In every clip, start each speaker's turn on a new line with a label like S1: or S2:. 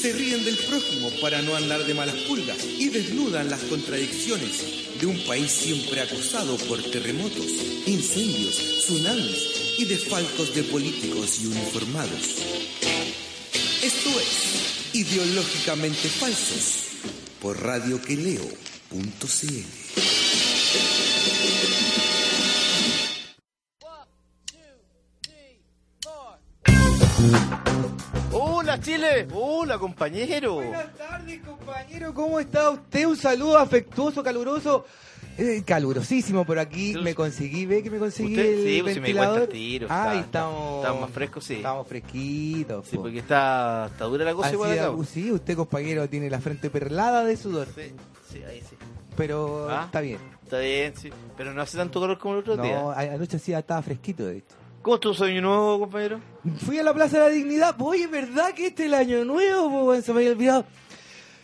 S1: se ríen del prójimo para no andar de malas pulgas y desnudan las contradicciones de un país siempre acosado por terremotos, incendios, tsunamis y desfalcos de políticos y uniformados. Esto es Ideológicamente Falsos por radioqueleo.cl.
S2: Hola Chile, hola compañero.
S3: Buenas tardes, compañero. ¿Cómo está usted? Un saludo afectuoso, caluroso. eh, calurosísimo por aquí. Me conseguí, ve que me conseguí
S2: Usted-
S3: el
S2: sí, pues, si me di cuenta
S3: ventilador.
S2: al tiro,
S3: Ah,
S2: está-
S3: estamos...
S2: estamos más frescos, sí.
S3: Estamos fresquitos.
S2: Sí,
S3: po.
S2: porque está, está dura la cosa
S3: Así
S2: igual
S3: de-
S2: acá.
S3: sí, usted, compañero, tiene la frente perlada de sudor.
S2: Sí, sí, ahí sí.
S3: Pero
S2: Ah.
S3: está bien.
S2: Está bien, sí. Pero no hace tanto calor como el otro
S3: No,
S2: día.
S3: a- anoche sí estaba fresquito, de hecho.
S2: ¿Cómo estuvo su año nuevo, compañero?
S3: Fui a la Plaza de la Dignidad. Oye, ¿verdad que este es el año nuevo? po, weón? se me había olvidado.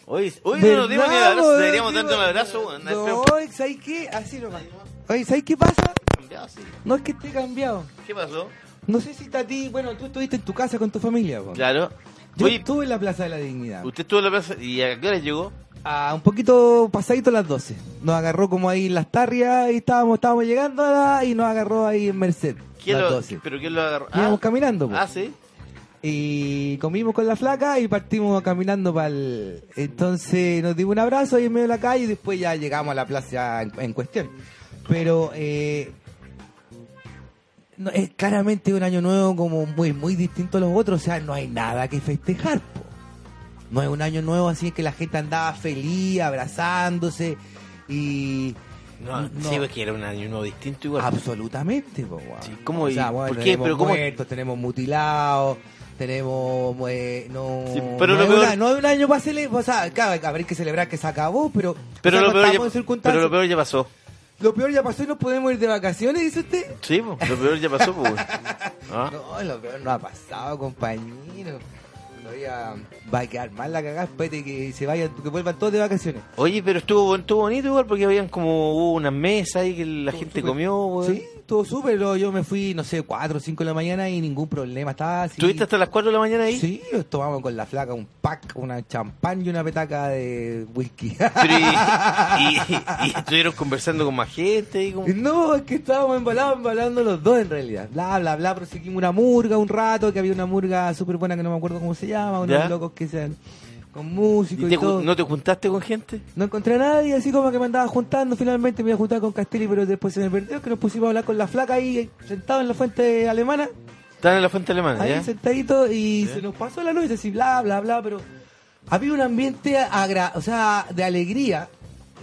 S2: Hoy, hoy no nos dimos ni el
S3: ¿Verdad,
S2: abrazo,
S3: weón?
S2: deberíamos
S3: Sí,
S2: darnos un
S3: weón.
S2: abrazo. weón.
S3: No,
S2: Espero-
S3: ¿sabes qué? Así nomás. Oye, ¿sabes qué pasa?
S2: Cambiado, sí.
S3: No es que esté cambiado.
S2: ¿Qué pasó?
S3: No sé si está ti, bueno, tú estuviste en tu casa con tu familia, po.
S2: Claro.
S3: Yo
S2: Oye,
S3: estuve en la Plaza de la Dignidad.
S2: usted estuvo en la plaza y a qué hora llegó?
S3: A un poquito pasadito las 12. Nos agarró como ahí en las tarrias y estábamos, estábamos llegando a la- y nos agarró ahí en Merced.
S2: ¿Quién
S3: las
S2: lo,
S3: 12.
S2: ¿Pero quién lo agarró?
S3: Íbamos caminando, pues. po.
S2: Ah, sí.
S3: Y comimos con la flaca y partimos caminando para el... Entonces nos dimos un abrazo ahí en medio de la calle y después ya llegamos a la plaza en, en cuestión. Pero eh, no, es claramente un año nuevo como muy, muy distinto a los otros. O sea, no hay nada que festejar. po. No es un año nuevo así que la gente andaba feliz, abrazándose y...
S2: No,
S3: No. Ah, pues,
S2: sí, porque era un año nuevo distinto igual.
S3: Absolutamente, po, weón.
S2: Sí, ¿cómo?
S3: O
S2: ¿Y
S3: sea, bueno,
S2: por qué?
S3: tenemos
S2: ¿Pero cómo?
S3: muertos, tenemos mutilados, tenemos... eh, no,
S2: Sí, pero
S3: no,
S2: lo
S3: es
S2: peor-
S3: una- no es un año para celebrar, o sea, claro, habrá que celebrar que se acabó, pero...
S2: pero,
S3: o sea,
S2: lo
S3: no
S2: peor
S3: estamos en
S2: ya, pero
S3: circunstancias.
S2: lo peor ya pasó.
S3: Lo peor ya pasó y nos podemos ir de vacaciones, dice usted.
S2: Sí, po, lo peor ya pasó, pues. Ah.
S3: No, lo peor no ha pasado, compañero. Todavía va a quedar mal la cagada, espérate que se vayan, que vuelvan todos de vacaciones.
S2: Oye, pero estuvo, estuvo bonito igual porque habían como hubo unas mesas ahí que la gente
S3: súper.
S2: comió, weón.
S3: Sí, estuvo súper, lo- yo me fui, no sé, 4 o 5 de la mañana y ningún problema, estaba así...
S2: ¿Estuviste hasta las 4 de la mañana ahí?
S3: Sí, nos tomamos con la flaca un pack, una champán y una petaca de whisky.
S2: Pero y, y- y estuvieron conversando con más gente y como...
S3: no, es que estábamos embalados, embalando los dos en realidad. Bla, bla, bla, proseguimos una murga un rato, que había una murga súper buena que no me acuerdo cómo se llama, unos
S2: ¿Ya?
S3: locos que sean con
S2: ¿Y
S3: músicos y,
S2: te ju-
S3: todo. No...
S2: ¿No te juntaste con gente?
S3: encontré a nadie, así como que me andaba juntando, finalmente me iba a juntar con Castelli, pero después se me perdió, que nos pusimos a hablar con la flaca ahí, sentados en la fuente alemana.
S2: Estaban en la fuente alemana,
S3: ahí
S2: ¿ya?
S3: sentadito y
S2: ¿Ya?
S3: se nos pasó la noche así bla bla bla pero había un ambiente agra o sea de alegría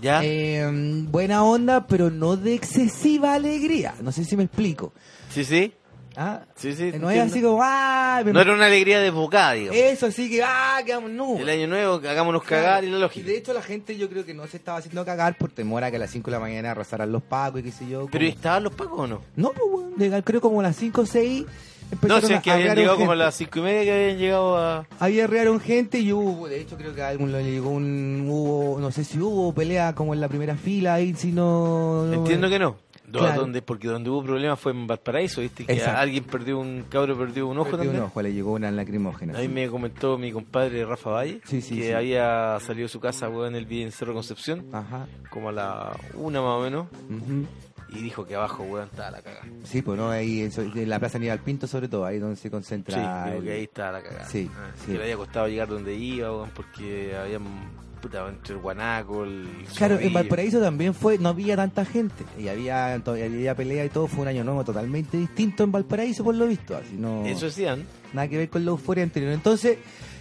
S2: ¿Ya?
S3: eh, buena onda pero no de excesiva alegría no sé si me explico
S2: sí, sí.
S3: ¿Ah?
S2: Sí, sí,
S3: no
S2: entiendo.
S3: es así como ah me- Eh,
S2: No era una alegría desbocada, digamos.
S3: eso así que ah quedamos no
S2: El año nuevo, hagámonos cagar y la lógica.
S3: de hecho la gente yo creo que no se estaba haciendo cagar por temor a que a las 5 de la mañana arrasaran los pacos y qué sé yo
S2: ¿Pero
S3: como-
S2: estaban los pacos o no?
S3: no pues weón, de- creo como a las 5 o 6
S2: No,
S3: empezaron
S2: si
S3: a
S2: es que habían
S3: hablar
S2: llegado
S3: con
S2: como a
S3: gente.
S2: las 5 y media que habían llegado a...
S3: Ahí arrearon gente y hubo, de hecho creo que a algún le llegó un, hubo, no sé si hubo pelea como en la primera fila ahí, si no... no-
S2: Entiendo que no. Do-
S3: Claro.
S2: Donde, porque donde hubo problemas fue en Valparaíso, ¿viste? Que
S3: Exacto.
S2: alguien perdió un cabro, perdió un ojo
S3: Perdí
S2: también.
S3: un ojo, le llegó una lacrimógena.
S2: Ahí me comentó mi compadre Rafa Valle
S3: Sí, sí,
S2: que
S3: sí.
S2: había salido de su casa weón, en el día en Cerro Concepción,
S3: Ajá.
S2: como a la una más o menos,
S3: ujú.
S2: y dijo que abajo weón estaba la cagada.
S3: Sí, pues no, ahí en, so- en la Plaza Aníbal Pinto sobre todo, ahí donde se
S2: Sí,
S3: concentra...
S2: dijo
S3: el-
S2: que ahí estaba la cagada.
S3: Sí,
S2: Ah,
S3: sí.
S2: Que le había costado llegar donde iba, weón, porque habían puta, entre el guanaco, el.
S3: Claro, en
S2: zorrillo.
S3: Valparaíso también fue, no había tanta gente. Y había, to- y había pelea y todo, fue un año nuevo totalmente distinto en Valparaíso, por lo visto. Así no,
S2: Eso decían.
S3: Nada que ver con la euforia anterior. Entonces,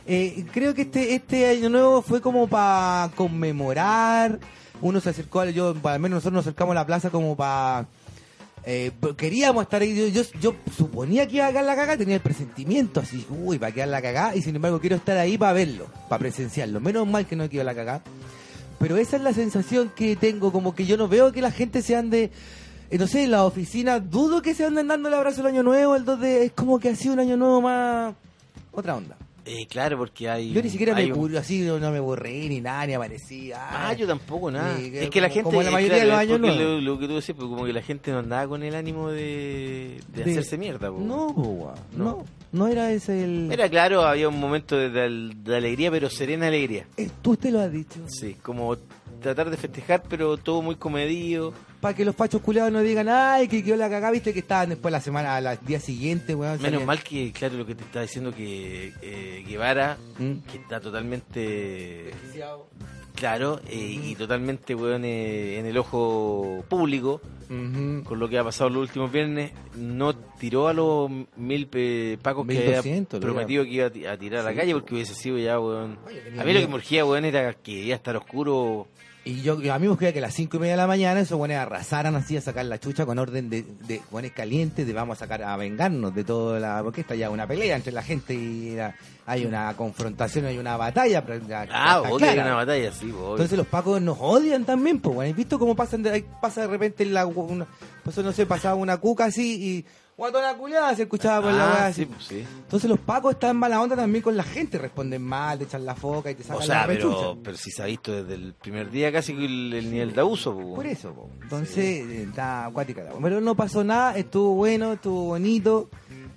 S3: eh, creo que este, este año nuevo fue como para conmemorar. Uno se acercó, al- yo, al menos nosotros nos acercamos a la plaza como para. queríamos estar ahí. Yo, yo, yo suponía que iba a quedar la cagada, tenía el presentimiento así, uy, va a quedar la cagada. Y sin embargo, quiero estar ahí para verlo, para presenciarlo. Menos mal que no quedó la cagada. Pero esa es la sensación que tengo, como que yo no veo que la gente se ande, eh, no sé, en la oficina, dudo que se anden dando el abrazo el año nuevo, el 2 de... Es como que ha sido un año nuevo más... Otra onda.
S2: Eh, claro, porque hay.
S3: Yo ni siquiera
S2: hay
S3: me
S2: un-
S3: aburrí, así no, no me aburrí ni nada, ni aparecía.
S2: Ah, yo tampoco, nada.
S3: Sí,
S2: es que la
S3: como-
S2: gente.
S3: como la
S2: eh,
S3: mayoría de los
S2: es
S3: años
S2: porque
S3: nuevos.
S2: Lo, lo que tú decías, pues, como que la gente no andaba con el ánimo de, de
S3: De-
S2: hacerse mierda, po.
S3: No, po, guau, no,
S2: No.
S3: no, era ese el...
S2: Era claro, había un momento de, de- de alegría, pero serena alegría.
S3: Eh, Tú te lo has dicho.
S2: Sí, como tratar de festejar, pero todo muy comedido.
S3: Para que los fachos culiados no digan, ay, que quedó la cagada, viste que estaban después la semana, a las días siguientes, weón.
S2: Menos
S3: salían-
S2: mal que, claro, lo que te está diciendo que eh, Guevara,
S3: Mm.
S2: que está totalmente claro eh, y totalmente weón, eh, en el ojo público,
S3: Ujú.
S2: con lo que ha pasado los últimos viernes, no tiró a los mil eh, pacos que
S3: 1200
S2: había
S3: lo
S2: prometido que iba a ti- a tirar a la
S3: Sí,
S2: calle porque hubiese sido ya, weón.
S3: Oye, tenía
S2: A mí lo que
S3: miedo.
S2: me urgía, weón, era que iba a estar oscuro.
S3: Y yo, yo- a mí me gustaría que a las 5 y media de la mañana esos buenos arrasaran así a sacar la chucha con orden de, de buenos calientes de vamos a sacar a vengarnos de toda la. Porque está ya una pelea entre la gente y la- hay una confrontación, hay una batalla. pero ya- ya
S2: Ah,
S3: está
S2: obvio,
S3: clara.
S2: era una batalla, sí, po, obvio.
S3: Entonces los pacos nos odian también, pues, bueno, ¿has visto cómo pasan de, ahí pasa de repente la. Una, pasó, no sé, pasaba una cuca así y. Guatona culiada se escuchaba por la
S2: Ah,
S3: weá
S2: sí,
S3: así.
S2: pues, sí.
S3: Entonces los pacos están en mala onda también con la gente, responden mal, te echan la foca y te sacan
S2: O sea,
S3: la rechucha.
S2: pero, pero si se ha visto desde el primer día casi que el, el nivel de abuso. po.
S3: Por eso, po. entonces eh, está acuática la Pero no pasó nada, estuvo bueno, estuvo bonito.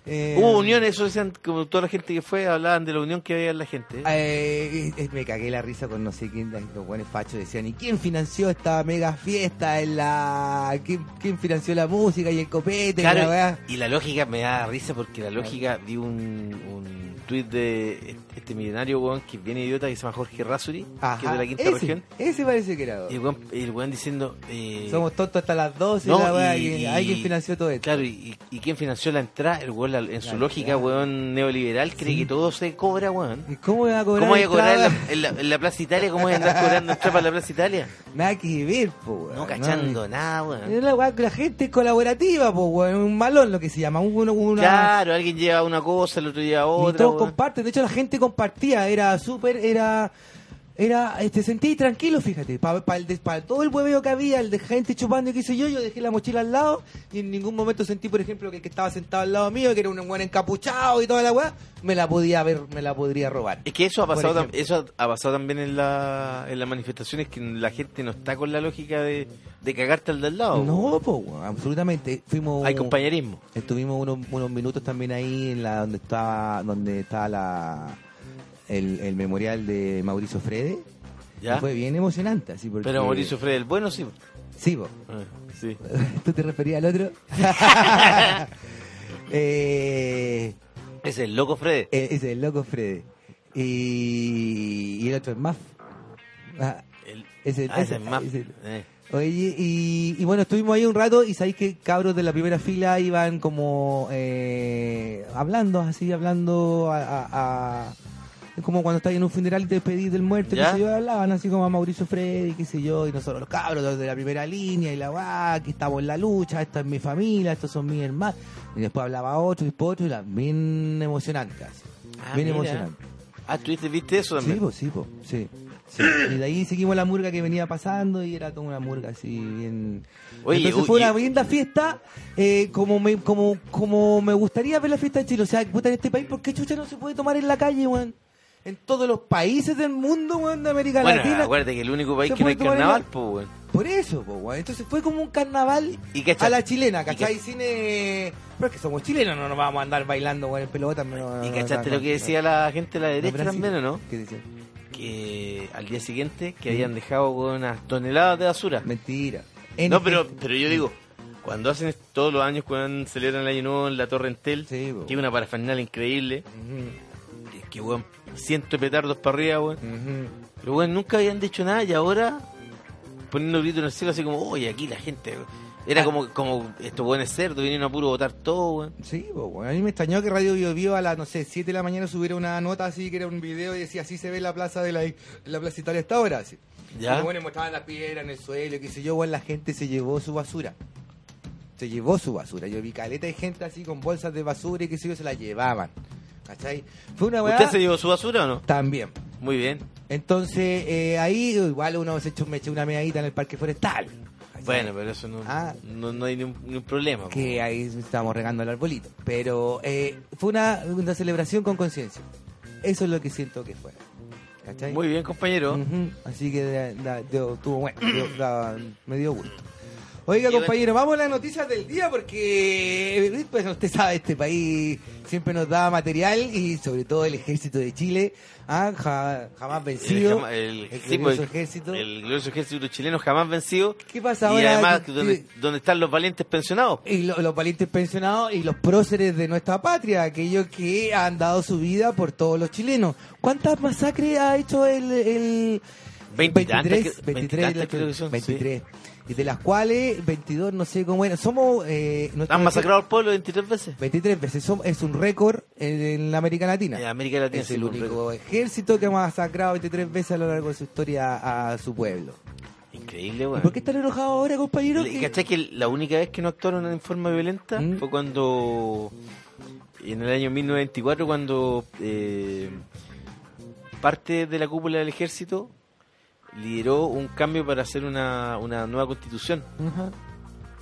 S3: eh,
S2: Hubo unión, eso decían, como toda la gente que fue, hablaban de la unión que había en la gente.
S3: eh, eh, me cagué la risa con no sé quién, los buenos fachos decían, ¿y quién financió esta mega fiesta? En la... ¿Quién, quién financió la música y el copete? y la
S2: Claro,
S3: weá?"
S2: y la lógica me da risa porque la lógica vi un, un tuit de este millonario weón que viene idiota que se llama Jorge Razuri, que es
S3: Ajá,
S2: de la quinta
S3: ese,
S2: región.
S3: Ese parece que era.
S2: Y el weón, el weón diciendo. eh,
S3: Somos tontos hasta las 12,
S2: no,
S3: la weá,
S2: y-
S3: que
S2: y-
S3: alguien financió todo esto.
S2: Claro, y, y quién financió la entrada, el weón, la- en su
S3: La
S2: lógica,
S3: entrada.
S2: weón neoliberal, cree que todo se cobra, weón.
S3: ¿Y ¿Cómo voy a cobrar?
S2: ¿Cómo voy a cobrar en
S3: entrada?
S2: la, en la- en la Plaza Italia? ¿Cómo voy a andar cobrando entrada para la Plaza Italia?
S3: Nada que ver, po, weón,
S2: No cachando nada, weón.
S3: Es la, weá que la gente es colaborativa, po, weón, un malón lo que se llama, un, uno- una...
S2: Claro, alguien lleva una cosa, el otro lleva
S3: y
S2: otra.
S3: todos
S2: weón.
S3: comparten, de hecho la gente compartía, era súper, era... Era, este, sentí tranquilo, fíjate, para todo el hueveo que había, el de gente chupando y qué sé yo, yo dejé la mochila al lado y en ningún momento sentí, por ejemplo, que el que estaba sentado al lado mío, que era un buen encapuchado y toda la weá, me la podía ver, me la podría robar.
S2: Es que eso ha
S3: Por
S2: pasado, tam-
S3: ejemplo.
S2: eso ha pasado también en, la, en las manifestaciones que la gente no está con la lógica de, de cagarte al de al lado.
S3: No, po, weón, absolutamente, fuimos...
S2: Hay compañerismo.
S3: Estuvimos unos, unos minutos también ahí en la donde estaba donde está la el, el memorial de Mauricio Frede.
S2: ¿Ya?
S3: Y Fue bien emocionante, así porque
S2: Pero Mauricio Fred, el bueno sí.
S3: Sí, po.
S2: Ah, sí.
S3: ¿Tú te referías al otro? eh,
S2: Es el loco Fred.
S3: eh, ese el loco Frede. Y, y el otro es Maf. Ah,
S2: El,
S3: ese-
S2: ah,
S3: ese-
S2: ese es más.
S3: ese-
S2: eh.
S3: Oye, y, y bueno, estuvimos ahí un rato y sabéis que cabros de la primera fila iban como eh, hablando, así, hablando a, a- a- es como cuando estáis en un funeral y te despedís del muerto,
S2: ¿Ya?
S3: qué sé yo, hablaban así como a Mauricio Freddy, qué sé yo, y nosotros los cabros los de la primera línea y la va, que estamos en la lucha, esta es mi familia, estos son mis hermanos. Y después hablaba otro y después otro, y era bien emocionante, así.
S2: Ah,
S3: bien
S2: mira.
S3: emocionante.
S2: Ah, ¿tú viste, viste eso
S3: Sí, pues,
S2: también?
S3: po, sí, po, sí. Sí. Y de ahí seguimos la murga que venía pasando y era como una murga así bien...
S2: Oye,
S3: Entonces
S2: oye.
S3: fue una linda fiesta, eh, como, me, como, como me gustaría ver la fiesta de Chile. O sea, puta, en este país, ¿por qué chucha no se puede tomar en la calle, weón? En todos los países del mundo, weón, de América
S2: bueno,
S3: Latina.
S2: acuérdate que el único país
S3: se
S2: que no hay
S3: puede tomar en
S2: carnaval,
S3: la-
S2: pues, weón.
S3: Por eso, po, weón. Entonces fue como un carnaval
S2: Y cacha-
S3: a la chilena,
S2: y
S3: ¿cachai? Cine... Pero es que somos chilenos, no nos vamos a andar bailando, weón, en pelota. no-
S2: ¿Y
S3: no-
S2: cachaste
S3: no-
S2: lo que decía la gente de la
S3: no,
S2: derecha
S3: Brasil.
S2: también o no?
S3: ¿Qué decía?
S2: Que al día siguiente que habían dejado weón, unas toneladas de basura.
S3: Mentira.
S2: No, pero, pero yo digo, cuando hacen es- todos los años, cuando celebran el año nuevo en la Torre Entel,
S3: Sí, po.
S2: que es una parafernalia increíble,
S3: Ujú.
S2: es que weón, cientos de petardos para arriba, weón. Pero weón, nunca habían dicho nada y ahora, poniendo grito en el cielo, así como, oye, aquí la gente. Era
S3: Ah.
S2: como, como estos buenos cerdos, vinieron a puro votar todo, weón.
S3: Sí, po, weón. a mí me extrañó que Radio Bio Bio a las, no sé, 7 de la mañana subiera una nota así, que era un video y decía, así se ve la plaza de la, la plaza Italia hasta ahora. Así.
S2: Ya.
S3: Y, bueno, mostraban las piedras en el suelo, qué sé yo, bueno, la gente se llevó su basura. Se llevó su basura. Yo vi caleta de gente así con bolsas de basura y qué sé yo, se la llevaban. ¿Cachai? Fue una Ah, weá
S2: ¿Usted se llevó su basura o no?
S3: también.
S2: Muy bien.
S3: Entonces, eh, ahí igual uno se echó, me echó una meadita en el parque forestal. ¿cachai?
S2: Bueno, pero eso no,
S3: Ah.
S2: no, no hay ni un, ni un problema. po.
S3: que ahí estábamos regando el arbolito. Pero eh, fue una, una celebración con conciencia. Eso es lo que siento que fue. ¿Cachai?
S2: Muy bien, compañero.
S3: Ujú, Así que da- da- dio- tuvo bueno, dio- da- me dio gusto. Oiga,
S2: Qué
S3: compañero, vamos a las noticias del día porque, pues usted sabe, este país siempre nos da material y sobre todo el ejército de Chile, ah, ja- jamás vencido.
S2: jama- el-
S3: el
S2: sí, pues,
S3: glorioso ejército.
S2: el glorioso ejército chileno jamás vencido.
S3: ¿Qué pasa
S2: Y
S3: ahora?
S2: además,
S3: ¿Qué-
S2: donde, donde están los valientes pensionados.
S3: Y lo- los valientes pensionados y los próceres de nuestra patria, aquellos que han dado su vida por todos los chilenos. ¿Cuántas masacres ha hecho el... el
S2: Veintitantas, creo-
S3: 23,
S2: veintitantas creo que son,
S3: 23, y de las cuales 22 no sé cómo era. Somos... eh, nuestra-
S2: Han masacrado al pueblo 23 veces.
S3: 23 veces, Som- es un récord en, en la América Latina.
S2: En América Latina
S3: es
S2: sí,
S3: el
S2: un
S3: único
S2: récord.
S3: ejército que ha masacrado 23 veces a lo largo de su historia a su pueblo.
S2: Increíble,
S3: ¿Y
S2: weón.
S3: por qué están enojados ahora, compañero?
S2: Le- ¿Cachai que la única vez que no actuaron en forma violenta
S3: ¿Mm?
S2: fue cuando. En el año 1994, cuando. eh, parte de la cúpula del ejército lideró un cambio para hacer una, una nueva constitución.
S3: Ajá.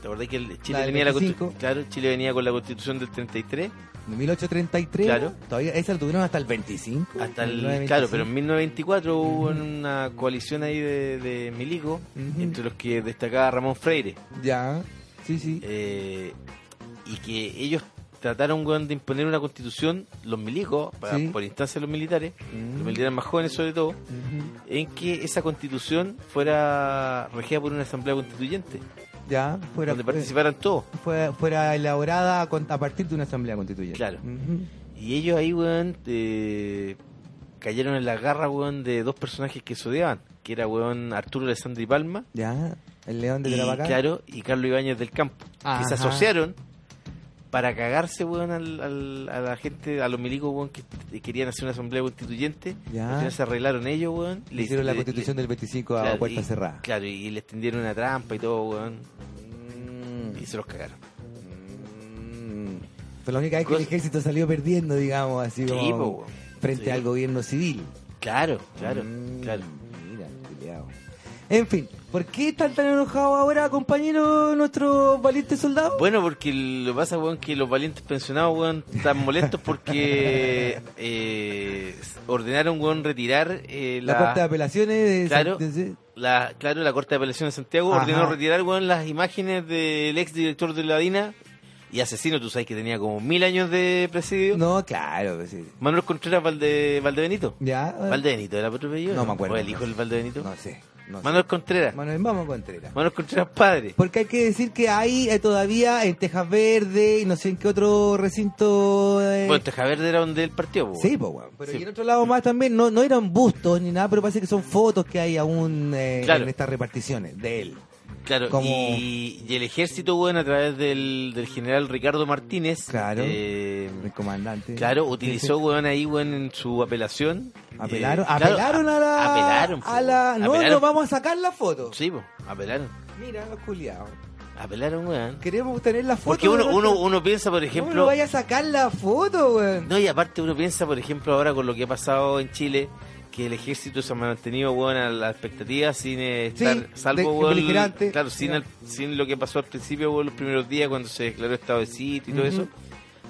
S2: ¿Te acordás que el- Chile
S3: La del
S2: venía la
S3: 25.
S2: constitu- claro, Chile venía con la constitución del 33
S3: De 1833.
S2: Claro.
S3: Todavía esa la tuvieron hasta el 25.
S2: hasta el
S3: 1925.
S2: claro, pero en 1924 hubo una coalición ahí de, de milico
S3: Ujú.
S2: entre los que destacaba Ramón Freire
S3: Ya. Sí, sí.
S2: eh, y que ellos trataron weón, de imponer una constitución los milicos para-
S3: Sí.
S2: por instancia de los militares,
S3: Mm.
S2: los militares más jóvenes sobre todo,
S3: Ujú.
S2: en que esa constitución fuera regida por una asamblea constituyente
S3: Ya. Fuera, eh.
S2: donde participaran todos.
S3: fuera, fuera elaborada con- a partir de una asamblea constituyente.
S2: Claro.
S3: Ujú.
S2: Y ellos ahí, weón, eh, cayeron en la garra, weón, de dos personajes que se odiaban, que era, weón, Arturo Alessandri Palma
S3: Ya. El león de
S2: y,
S3: Tarapacá.
S2: claro, y Carlos Ibáñez del Campo, que se
S3: Ajá.
S2: asociaron para cagarse, weón, al- al- a la gente, a los milicos, weón, que t- querían hacer una asamblea constituyente.
S3: Ya.
S2: Al final se arreglaron ellos, weón.
S3: Le hicieron la constitución del 25 a
S2: claro,
S3: puerta
S2: y-
S3: cerrada.
S2: Claro, y les tendieron una trampa y todo, weón, y se los cagaron.
S3: Mm. Fue la única vez que el
S2: Cosa-
S3: ejército salió perdiendo, digamos, así
S2: Sí,
S3: como
S2: po, weón.
S3: frente
S2: Sí.
S3: al gobierno civil.
S2: Claro, claro,
S3: Mm,
S2: claro.
S3: Mira, culiao. En fin, ¿por qué están tan enojados ahora, compañeros, nuestros valientes soldados?
S2: Bueno, porque lo que pasa, weón, que los valientes pensionados, weón, están molestos porque eh, ordenaron, weón, retirar eh,
S3: la,
S2: la,
S3: Corte de Apelaciones de
S2: Claro.
S3: de- de-
S2: la- claro, la Corte de Apelación de Santiago
S3: Ajá.
S2: ordenó retirar, weón, las imágenes del ex director de la DINA y asesino, tú sabes que tenía como mil años de presidio.
S3: No, claro, pues sí.
S2: Manuel Contreras Valde, Valdebenito.
S3: ¿Ya? eh,
S2: Valdebenito, ¿era otro apellido?
S3: No me acuerdo.
S2: ¿O el hijo del Valdebenito?
S3: No sé. no sé. Eh.
S2: Manuel Contreras.
S3: Manuel, vamos a Contreras.
S2: Manuel Contreras padre.
S3: Porque hay que decir que hay eh, todavía en Tejas Verde y no sé en qué otro recinto. eh,
S2: Bueno, Teja Verde era donde él partió, po,
S3: Sí,
S2: weón.
S3: pues, weón. Pero
S2: Sí.
S3: y en otro lado más también, no, no eran bustos ni nada, pero parece que son fotos que hay aún eh,
S2: Claro.
S3: en estas reparticiones de él.
S2: Claro,
S3: como-
S2: y, y el ejército, bueno, a través del, del general Ricardo Martínez,
S3: Claro.
S2: eh,
S3: El comandante.
S2: claro, utilizó, weón, ahí, weón, en su apelación.
S3: Apelaron,
S2: eh, claro,
S3: apelaron a la.
S2: Apelaron,
S3: a la-
S2: weón,
S3: No,
S2: apelaron.
S3: no vamos a sacar la foto.
S2: Sí, po, apelaron,
S3: Mira, los culiados.
S2: apelaron, weón.
S3: Queremos tener la foto.
S2: Porque uno,
S3: de
S2: uno,
S3: nuestra-
S2: uno piensa, por
S3: No me
S2: ejemplo...
S3: vaya a sacar la foto, weón.
S2: No, y aparte uno piensa, por ejemplo, ahora con lo que ha pasado en Chile, que el ejército se ha mantenido, weón, a la expectativa sin eh,
S3: Sí,
S2: estar, salvo,
S3: de-
S2: weón,
S3: beligerante.
S2: claro, sin,
S3: Mira.
S2: el- sin lo que pasó al principio, weón, los primeros días cuando se declaró estado de sitio y todo
S3: Ujú.
S2: eso.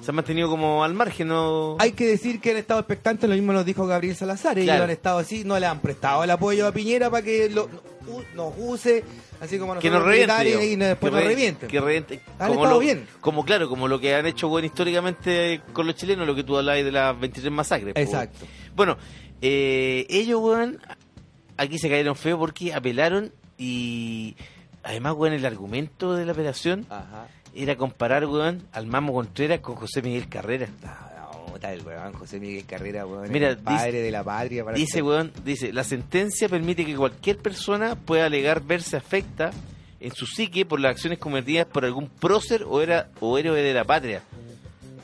S2: Se han mantenido como al margen, ¿no?
S3: Hay que decir que han estado expectantes, lo mismo nos dijo Gabriel Salazar. Ellos
S2: Claro.
S3: han estado así, no le han prestado el apoyo a Piñera para que lo- u- nos use, así como
S2: que nos
S3: nosotros
S2: revienten.
S3: militares, y,
S2: digamos.
S3: después
S2: que
S3: nos
S2: re-
S3: revienten.
S2: Que revienten.
S3: Han
S2: Como,
S3: estado
S2: lo-
S3: bien.
S2: como claro, como lo que han hecho, weón, históricamente con los chilenos, lo que tú hablabas de las 23 masacres. pues, weón.
S3: Exacto.
S2: Bueno, eh, ellos, weón, aquí se cayeron feo porque apelaron y además, weón, el argumento de la apelación
S3: Ajá.
S2: era comparar, weón, al Mamo Contreras con José Miguel Carrera.
S3: Ah, Puta, el weón, José Miguel Carrera, weón.
S2: Mira,
S3: el padre
S2: dice-
S3: de la patria. Para
S2: Dice, weón, dice, la sentencia permite que cualquier persona pueda alegar verse afecta en su psique por las acciones cometidas por algún prócer o, era, o héroe de la patria.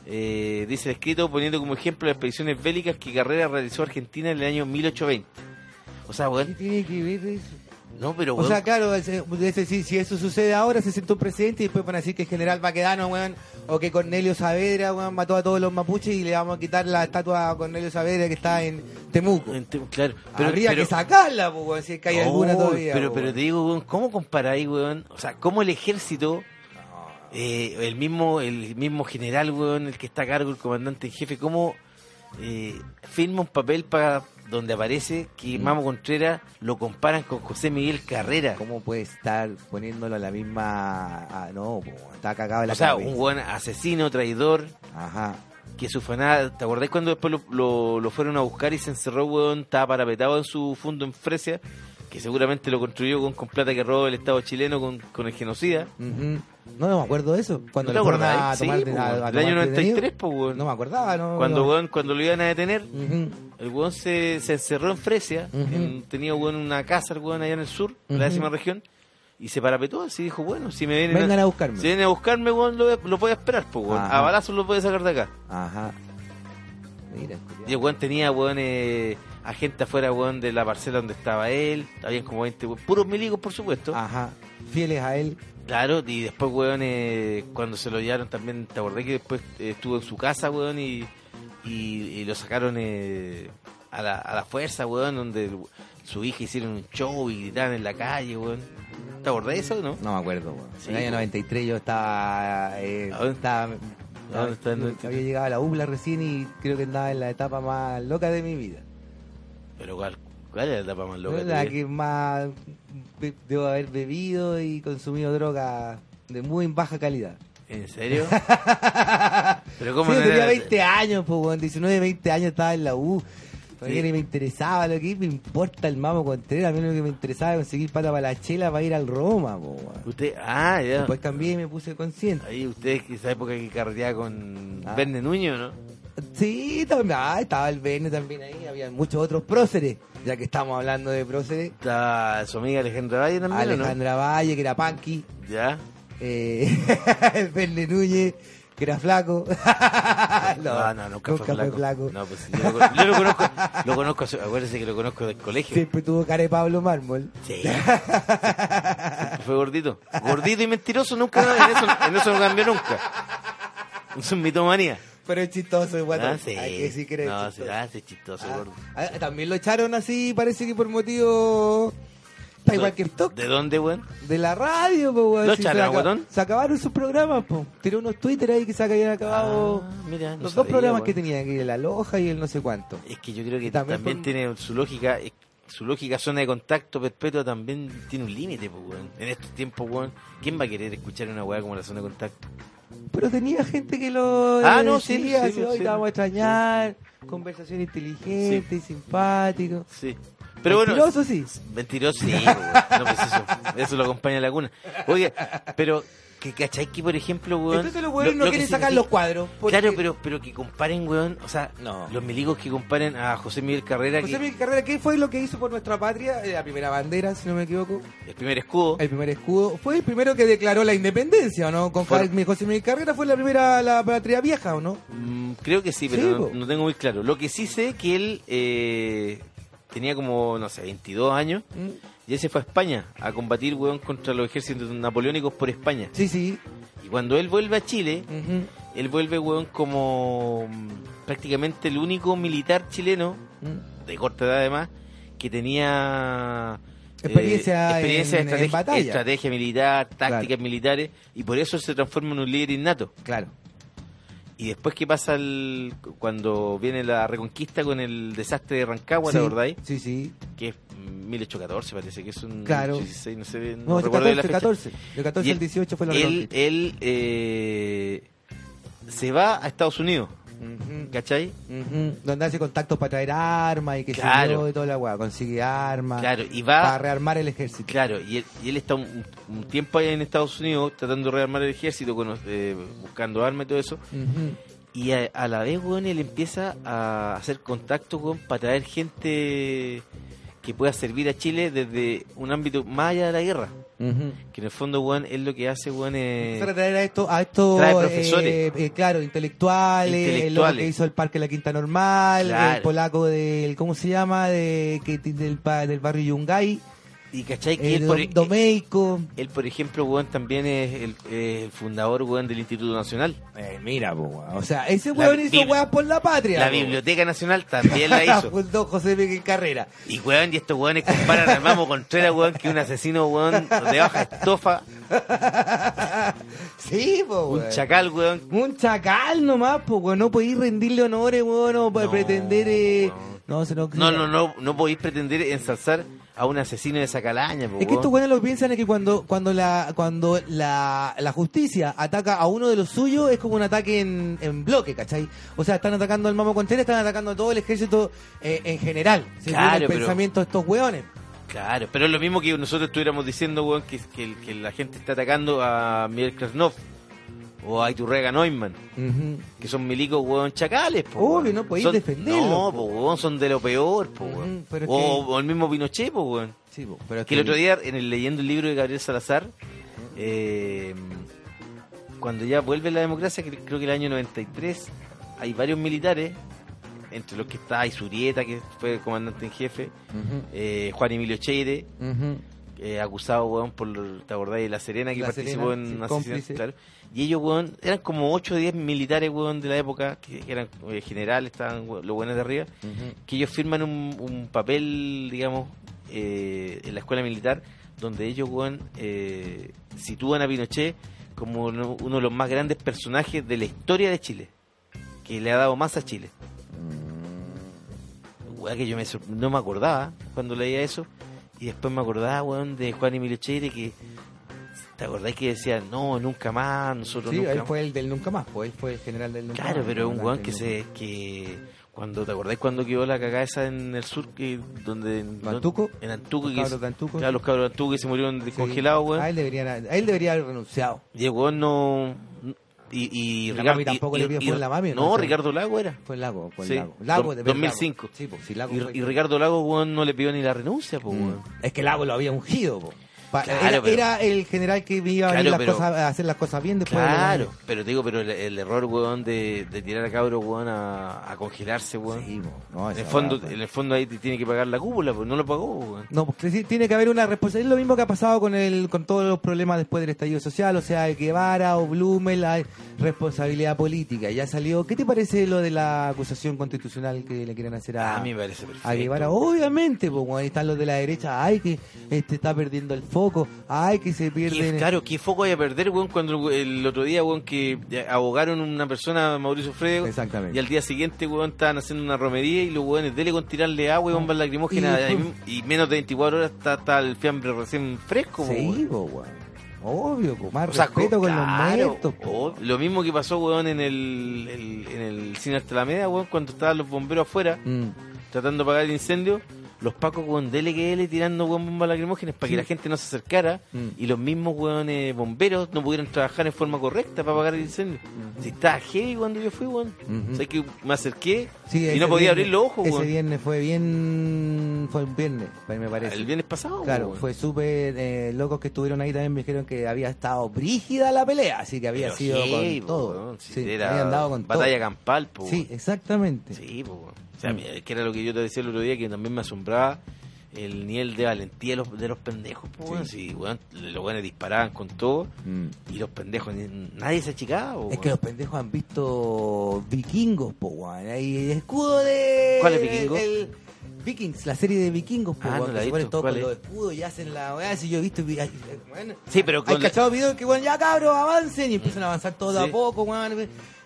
S2: Eh, dice el escrito poniendo como ejemplo las expediciones bélicas que Carrera realizó a Argentina en el año 1820. O sea,
S3: ¿Qué
S2: weón,
S3: tiene que ver eso?
S2: no, pero
S3: O
S2: weón,
S3: sea, claro, ese- ese- si, si eso sucede ahora, se sentó un presidente y después van a decir que el general Baquedano, weón, o que Cornelio Saavedra, weón, mató a todos los mapuches y le vamos a quitar la estatua a Cornelio Saavedra que está en Temuco.
S2: ente- claro,
S3: Pero, Habría que sacarla, po, weón, si es que hay
S2: No,
S3: alguna todavía.
S2: Pero,
S3: po,
S2: pero
S3: weón.
S2: te digo, weón, ¿cómo comparáis, weón? O sea, ¿cómo el ejército, eh, el mismo el mismo general, weón, el que está a cargo, el comandante en jefe, cómo eh, firma un papel para donde aparece
S3: Mm.
S2: que Mamo Contreras lo comparan con José Miguel Carrera?
S3: ¿Cómo puede estar poniéndolo a la misma... ah, no, po, weón, está cagado en la
S2: O sea,
S3: cabeza.
S2: un weón asesino, traidor,
S3: Ajá.
S2: que su faná, ¿te acordás cuando después lo, lo- lo fueron a buscar y se encerró, weón? Estaba parapetado en su fondo en Fresia, que seguramente lo construyó con, con plata que robó el Estado chileno con, con el genocida.
S3: Ujú. No, no me acuerdo de eso. Cuando
S2: ¿No
S3: lo
S2: te
S3: fueron a
S2: acordás?
S3: tomar...
S2: Sí,
S3: a- a
S2: po,
S3: tomar
S2: del año 93,
S3: detenido.
S2: po, weón.
S3: No me acordaba, no.
S2: cuando,
S3: no.
S2: weón, cuando lo iban a detener,
S3: Ujú.
S2: el weón se, se encerró en Fresia,
S3: Ujú.
S2: en- tenía weón, una casa, el weón, allá en el sur,
S3: Ujú.
S2: la décima región, y se parapetó así, dijo, bueno, si me vienen,
S3: Vengan
S2: a,
S3: a buscarme. Ah.
S2: si vienen a buscarme, weón, lo, lo voy a esperar, po, weón.
S3: Ajá.
S2: a balazos lo voy a sacar de acá.
S3: Ajá. Mira,
S2: Y el weón tenía, weón, eh, a gente afuera, weón, de la parcela donde estaba él, habían como 20, weón, puros milicos, por supuesto.
S3: Ajá. Fieles a él.
S2: Claro, y después, weón, eh, cuando se lo llevaron también, te acordé que después eh, estuvo en su casa, weón, y, y, y lo sacaron eh, a, la, a la fuerza, weón, donde el- su hija hicieron un show y gritaban en la calle, weón. ¿Te acordás de eso o no?
S3: No me acuerdo, weón.
S2: Sí, pues. Ah,
S3: en el año
S2: weón.
S3: 93 yo estaba. eh,
S2: ¿A dónde?
S3: estaba
S2: ¿A dónde está el
S3: había
S2: 93?
S3: llegado a la UBLA recién y creo que andaba en la etapa más loca de mi vida.
S2: Pero ¿cuál, cuál era la etapa más loca?
S3: la
S2: tío?
S3: que más be- debo haber bebido y consumido droga de muy baja calidad.
S2: ¿En serio? Pero
S3: Sí,
S2: ¿cómo no
S3: yo tenía
S2: era?
S3: 20 años, pues, weón. 19, 20 años estaba en la U. A mí
S2: Sí.
S3: ni me interesaba lo que me importa el mamo Contreras. A mí lo que me interesaba era conseguir pata para la chela para ir al Roma, pues, weón.
S2: Usted, ah, ya.
S3: Después cambié y me puse consciente.
S2: Ahí usted, esa época que carreteaba con
S3: Ah.
S2: Verne Nuño, ¿no?
S3: Sí, también, ah, estaba el BN también ahí, había muchos otros próceres, ya que estamos hablando de próceres.
S2: Está su amiga Alejandra Valle también, ¿o
S3: Alejandra Valle, que era Panky,
S2: ¿no? Ya.
S3: eh, el Verne Núñez, que era flaco.
S2: No, no, nunca, fue, flaco. No, pues yo lo, yo lo conozco, lo conozco, hace- acuérdese que lo conozco del colegio.
S3: Siempre tuvo cara de Pablo Mármol.
S2: Sí. Fue gordito. Gordito y mentiroso, nunca, en eso, en eso no cambió nunca. Es un mitomanía.
S3: Pero es chistoso, igual.
S2: Ah, sí.
S3: Hay que decir que era
S2: no, sí,
S3: chistoso.
S2: ah, sí, chistoso,
S3: Ah,
S2: gordo.
S3: ah, también lo echaron así, parece que por motivo... Está igual que Stock.
S2: ¿De dónde, weón?
S3: De la radio, po, weón.
S2: ¿Lo
S3: Sí,
S2: echaron,
S3: se, acab-
S2: guatón?
S3: se acabaron sus programas, po. Tiró unos Twitter ahí que se habían acabado.
S2: Ah, mira, no
S3: los dos
S2: sabía,
S3: programas
S2: weón.
S3: que tenía aquí, la loja y el no sé cuánto.
S2: Es que yo creo que
S3: Y también
S2: también,
S3: por-
S2: tiene su lógica, eh, su lógica zona de contacto perpetua también tiene un límite, pues, weón. En estos tiempos, weón, ¿quién va a querer escuchar una weá como la zona de contacto?
S3: Pero tenía gente que lo.
S2: Ah,
S3: eh,
S2: no, sí,
S3: seguía,
S2: sí,
S3: así,
S2: sí,
S3: "Hoy
S2: sí.
S3: te vamos a extrañar. Conversación inteligente y simpático.
S2: Sí. Pero bueno,
S3: Mentiroso, sí.
S2: Mentiroso, sí. weón. No, pues eso, eso lo acompaña a la cuna. Oye, pero que cachai que, por ejemplo, weón.
S3: Entonces los weones
S2: lo-
S3: no
S2: lo que
S3: quieren sacar los
S2: significa-
S3: cuadros. porque
S2: Claro, pero, pero que comparen, weón. O sea,
S3: No.
S2: los milicos que comparen a José Miguel Carrera,
S3: José
S2: que-
S3: Miguel Carrera, ¿qué fue lo que hizo por nuestra patria? Eh, La primera bandera, si no me equivoco.
S2: el primer escudo.
S3: El primer escudo. Fue el primero que declaró la independencia, ¿o no? Con
S2: Por-
S3: Juan- José Miguel Carrera fue la primera, la patria vieja, ¿o no?
S2: Mm, creo que sí, pero
S3: Sí,
S2: no,
S3: po.
S2: no tengo muy claro. Lo que sí sé que él eh, tenía como, no sé, 22 años.
S3: ¿Mm?
S2: Y él se fue a España a combatir, weón, contra los ejércitos napoleónicos por España.
S3: Sí, sí.
S2: Y cuando él vuelve a Chile,
S3: Ujú.
S2: Él vuelve, weón, como mm, prácticamente el único militar chileno,
S3: Mm.
S2: de corta edad además, que tenía eh,
S3: Experiencia
S2: experiencia
S3: en-
S2: de
S3: en
S2: estrategia,
S3: batalla.
S2: estrategia militar, tácticas
S3: Claro.
S2: militares, y por eso se transforma en un líder innato.
S3: Claro.
S2: Y después que pasa el, cuando viene la reconquista con el desastre de Rancagua, ¿te
S3: Sí,
S2: acordáis?
S3: Sí, sí.
S2: Que es mm, 1814 parece, que es un
S3: Claro.
S2: 16, no sé, no
S3: No, de
S2: recuerdo bien la
S3: 14,
S2: fecha.
S3: 14. De 14
S2: Y
S3: al 18 fue la
S2: Él,
S3: reconquista.
S2: él eh, se va a Estados Unidos,
S3: Ujú,
S2: ¿cachai?
S3: ujú. Donde hace contactos para traer armas y que
S2: Claro.
S3: se y toda la weá. Consigue armas.
S2: Claro, y
S3: Para
S2: va.
S3: rearmar el ejército.
S2: Claro, y él, y él está un, un tiempo allá en Estados Unidos tratando de rearmar el ejército, cono- eh, buscando armas y todo eso.
S3: Ujú.
S2: Y a, a la vez, weón, él empieza a hacer contacto, weón, para traer gente que pueda servir a Chile desde un ámbito más allá de la guerra.
S3: Ujú.
S2: Que en el fondo, weón, es lo que hace, weón, eh, es...
S3: Para Eh, traer a esto, a estos
S2: trae profesores.
S3: eh, eh, claro, intelectuales,
S2: Intelectuales.
S3: el loco que hizo el parque La Quinta Normal,
S2: Claro.
S3: el polaco del, ¿cómo se llama? De, que, del, pa- del barrio Yungay,
S2: Y cachai que él,
S3: el
S2: por, e-
S3: Dom- Domeico.
S2: él, por ejemplo, weón, también es el, es el fundador, weón, del Instituto Nacional.
S3: Eh, mira, po, weón. o sea, ese
S2: pues, La
S3: weón hizo
S2: Biblia.
S3: weas por la patria.
S2: La
S3: po.
S2: Biblioteca Nacional también la hizo.
S3: Fundó José Miguel Carrera.
S2: Y weón, y estos weones comparan al Mamo Contreras, weón, que es un asesino, weón, de baja estofa,
S3: Sí, po,
S2: un
S3: weón.
S2: chacal, weón.
S3: Un chacal nomás, pues, weón. No podéis rendirle honores, weón, no
S2: No,
S3: podéis pretender. eh,
S2: weón.
S3: No, se no,
S2: No, no, no, no podéis pretender ensalzar a un asesino de esa calaña, po,
S3: Es que
S2: weón.
S3: estos weones lo piensan es que cuando cuando la cuando la, la justicia ataca a uno de los suyos es como un ataque en, en bloque, ¿cachai? O sea, están atacando al Mamo Contreras, están atacando a todo el ejército eh, en general. según
S2: Claro,
S3: el
S2: pero-
S3: pensamiento de estos weones.
S2: Claro, pero es lo mismo que nosotros estuviéramos diciendo, weón, que, que, que la gente está atacando a Miguel Krasnov o a Iturrega Neumann. Que son milicos, weón, chacales, po,
S3: Obvio,
S2: weón.
S3: no podéis
S2: Son-
S3: defenderlos,
S2: No,
S3: po.
S2: po, weón, son de lo peor, po, weón.
S3: Ujú, pero es
S2: o,
S3: que-
S2: o el mismo Pinochet, po, weón.
S3: Sí, po, pero es
S2: Que el otro día, en el, leyendo el libro de Gabriel Salazar, eh, cuando ya vuelve la democracia, que creo que el año 93, hay varios militares, entre los que está Isurieta, que fue comandante en jefe,
S3: Ujú,
S2: eh, Juan Emilio Cheire,
S3: ujú.
S2: eh, acusado, weón, por, ¿te acordás? De La Serena, que
S3: La
S2: participó
S3: Serena,
S2: en
S3: sí,
S2: un asesinato,
S3: cómplice.
S2: claro. Y ellos, weón, eran como 8 o 10 militares, weón, de la época, que eran eh, generales, estaban weón, los buenos de arriba, que ellos firman un, un papel, digamos, eh, en la escuela militar, donde ellos, weón, eh, sitúan a Pinochet como uno, uno de los más grandes personajes de la historia de Chile, que le ha dado más a Chile.
S3: Mm.
S2: Weá, que yo me sor- no me acordaba cuando leía eso. Y después me acordaba, weón, de Juan Emilio Cheire que... ¿Te acordás que decía, no, nunca más, nosotros
S3: Sí,
S2: nunca
S3: él
S2: más?
S3: fue el del nunca más, pues él fue el general del nunca
S2: Claro,
S3: más.
S2: pero es un
S3: comandante
S2: weón que
S3: del
S2: se... que cuando ¿Te acordás cuando quedó la cagada esa en el sur? Que, donde,
S3: ¿Lo Antuco?
S2: En Antuco.
S3: Los
S2: que
S3: cabros
S2: se-
S3: de Antuco.
S2: Claro, los cabros de Antuco que se murieron
S3: nunca más. Sí.
S2: descongelados, weón.
S3: A él, deberían, a él debería haber renunciado.
S2: Y el weón no... Y, y
S3: La
S2: Ricardo-
S3: mami tampoco
S2: y-
S3: le
S2: y-
S3: pidió
S2: y-
S3: por la mami, ¿no?
S2: No,
S3: O sea,
S2: Ricardo Lago era.
S3: Fue el Lago, fue el
S2: Sí,
S3: Lago. Lago
S2: do-
S3: de verdad,
S2: 2005.
S3: Lago. Sí, pues, sí, Lago fue-
S2: Y, y Ricardo Lago, weón, no le pidió ni la renuncia, pues,
S3: Mm.
S2: weón.
S3: Es que Lago lo había ungido. po. Pa-
S2: Claro,
S3: era,
S2: pero-
S3: era el general que iba a, venir
S2: Claro,
S3: las
S2: pero-
S3: cosas- a hacer las cosas bien después. de la
S2: Claro,
S3: guerra.
S2: pero te digo, pero el, el error, weón, de, de tirar a cabro, weón, a, a congelarse, weón.
S3: Sí, po. No,
S2: en,
S3: esa
S2: el fondo,
S3: weá, pues. po.
S2: en el fondo ahí te tiene que pagar la cúpula, pues no lo pagó, weón.
S3: No, pues sí, tiene que haber una responsabilidad. Es lo mismo que ha pasado con el con todos los problemas después del estallido social, o sea, Guevara o Blumen, la responsabilidad política. Ya salió. ¿Qué te parece lo de la acusación constitucional que le quieren hacer a,
S2: a mí me parece perfecto.
S3: a Guevara. Obviamente, pues ahí están los de la derecha. Ay, que este está perdiendo el foco. Ay, que se
S2: ¿Qué,
S3: pierden.
S2: claro, ¿qué foco hay a perder, weón? Cuando el otro día, weón, que eh, abogaron una persona, Mauricio Fredo,
S3: Exactamente.
S2: y al día siguiente, weón, estaban haciendo una romería y los weones, dele con tirarle agua y bombas lacrimógenas,
S3: Y
S2: y,
S3: después-
S2: y menos de 24 horas está, está el fiambre recién fresco, weón.
S3: Sí, po, weón. Obvio, po. Más
S2: O sea,
S3: respeto con
S2: claro,
S3: los muertos, po.
S2: o- lo mismo que pasó, weón, en el, el- en el cine Hasta la Media, weón, cuando estaban los bomberos afuera
S3: Mm.
S2: tratando de apagar el incendio. Los pacos, weón, dele que dele, tirando, weón, bombas lacrimógenas para que la gente no se acercara
S3: Mm.
S2: y los mismos, weón, eh, bomberos no pudieron trabajar en forma correcta para apagar el incendio. Si estaba heavy cuando yo fui, weón.
S3: Ujú.
S2: O sea, que me acerqué
S3: Sí,
S2: y
S3: ese
S2: no podía
S3: viernes-
S2: abrir los ojos,
S3: Ese
S2: weón.
S3: viernes fue bien. Fue un viernes, me parece.
S2: el viernes pasado,
S3: Claro,
S2: weón.
S3: fue súper eh, locos que estuvieron ahí también me dijeron que había estado brígida la pelea, así que había
S2: Pero
S3: sido
S2: heavy,
S3: con todo.
S2: weón, si
S3: Sí,
S2: era
S3: habían dado con
S2: batalla
S3: todo.
S2: campal, po,
S3: Sí, este. Mm.
S2: weón.
S3: exactamente.
S2: Sí, po, weón. o sea, mira, que era lo que yo te decía el otro día, que también me asombraba el nivel de valentía de los, de los pendejos. po, weón. Sí, weón, los buenos disparaban con todo
S3: Mm.
S2: y los pendejos, ni- nadie se achicaba. po,
S3: Es
S2: weón.
S3: que los pendejos han visto vikingos, po, weón. Ahí el escudo de.
S2: ¿Cuál es vikingo?
S3: el- Vikings, la serie de vikingos, po,
S2: Ah,
S3: weón,
S2: no
S3: que
S2: la he
S3: se ponen
S2: visto.
S3: todos
S2: ¿Cuál
S3: con
S2: es?
S3: los escudos y hacen la weá. Si yo he visto. vi- ay, weón.
S2: Sí, pero
S3: Hay
S2: con la-
S3: cachado videos que, weón, ya cabros, avancen y empiezan a avanzar todo de
S2: Sí.
S3: a poco, weón.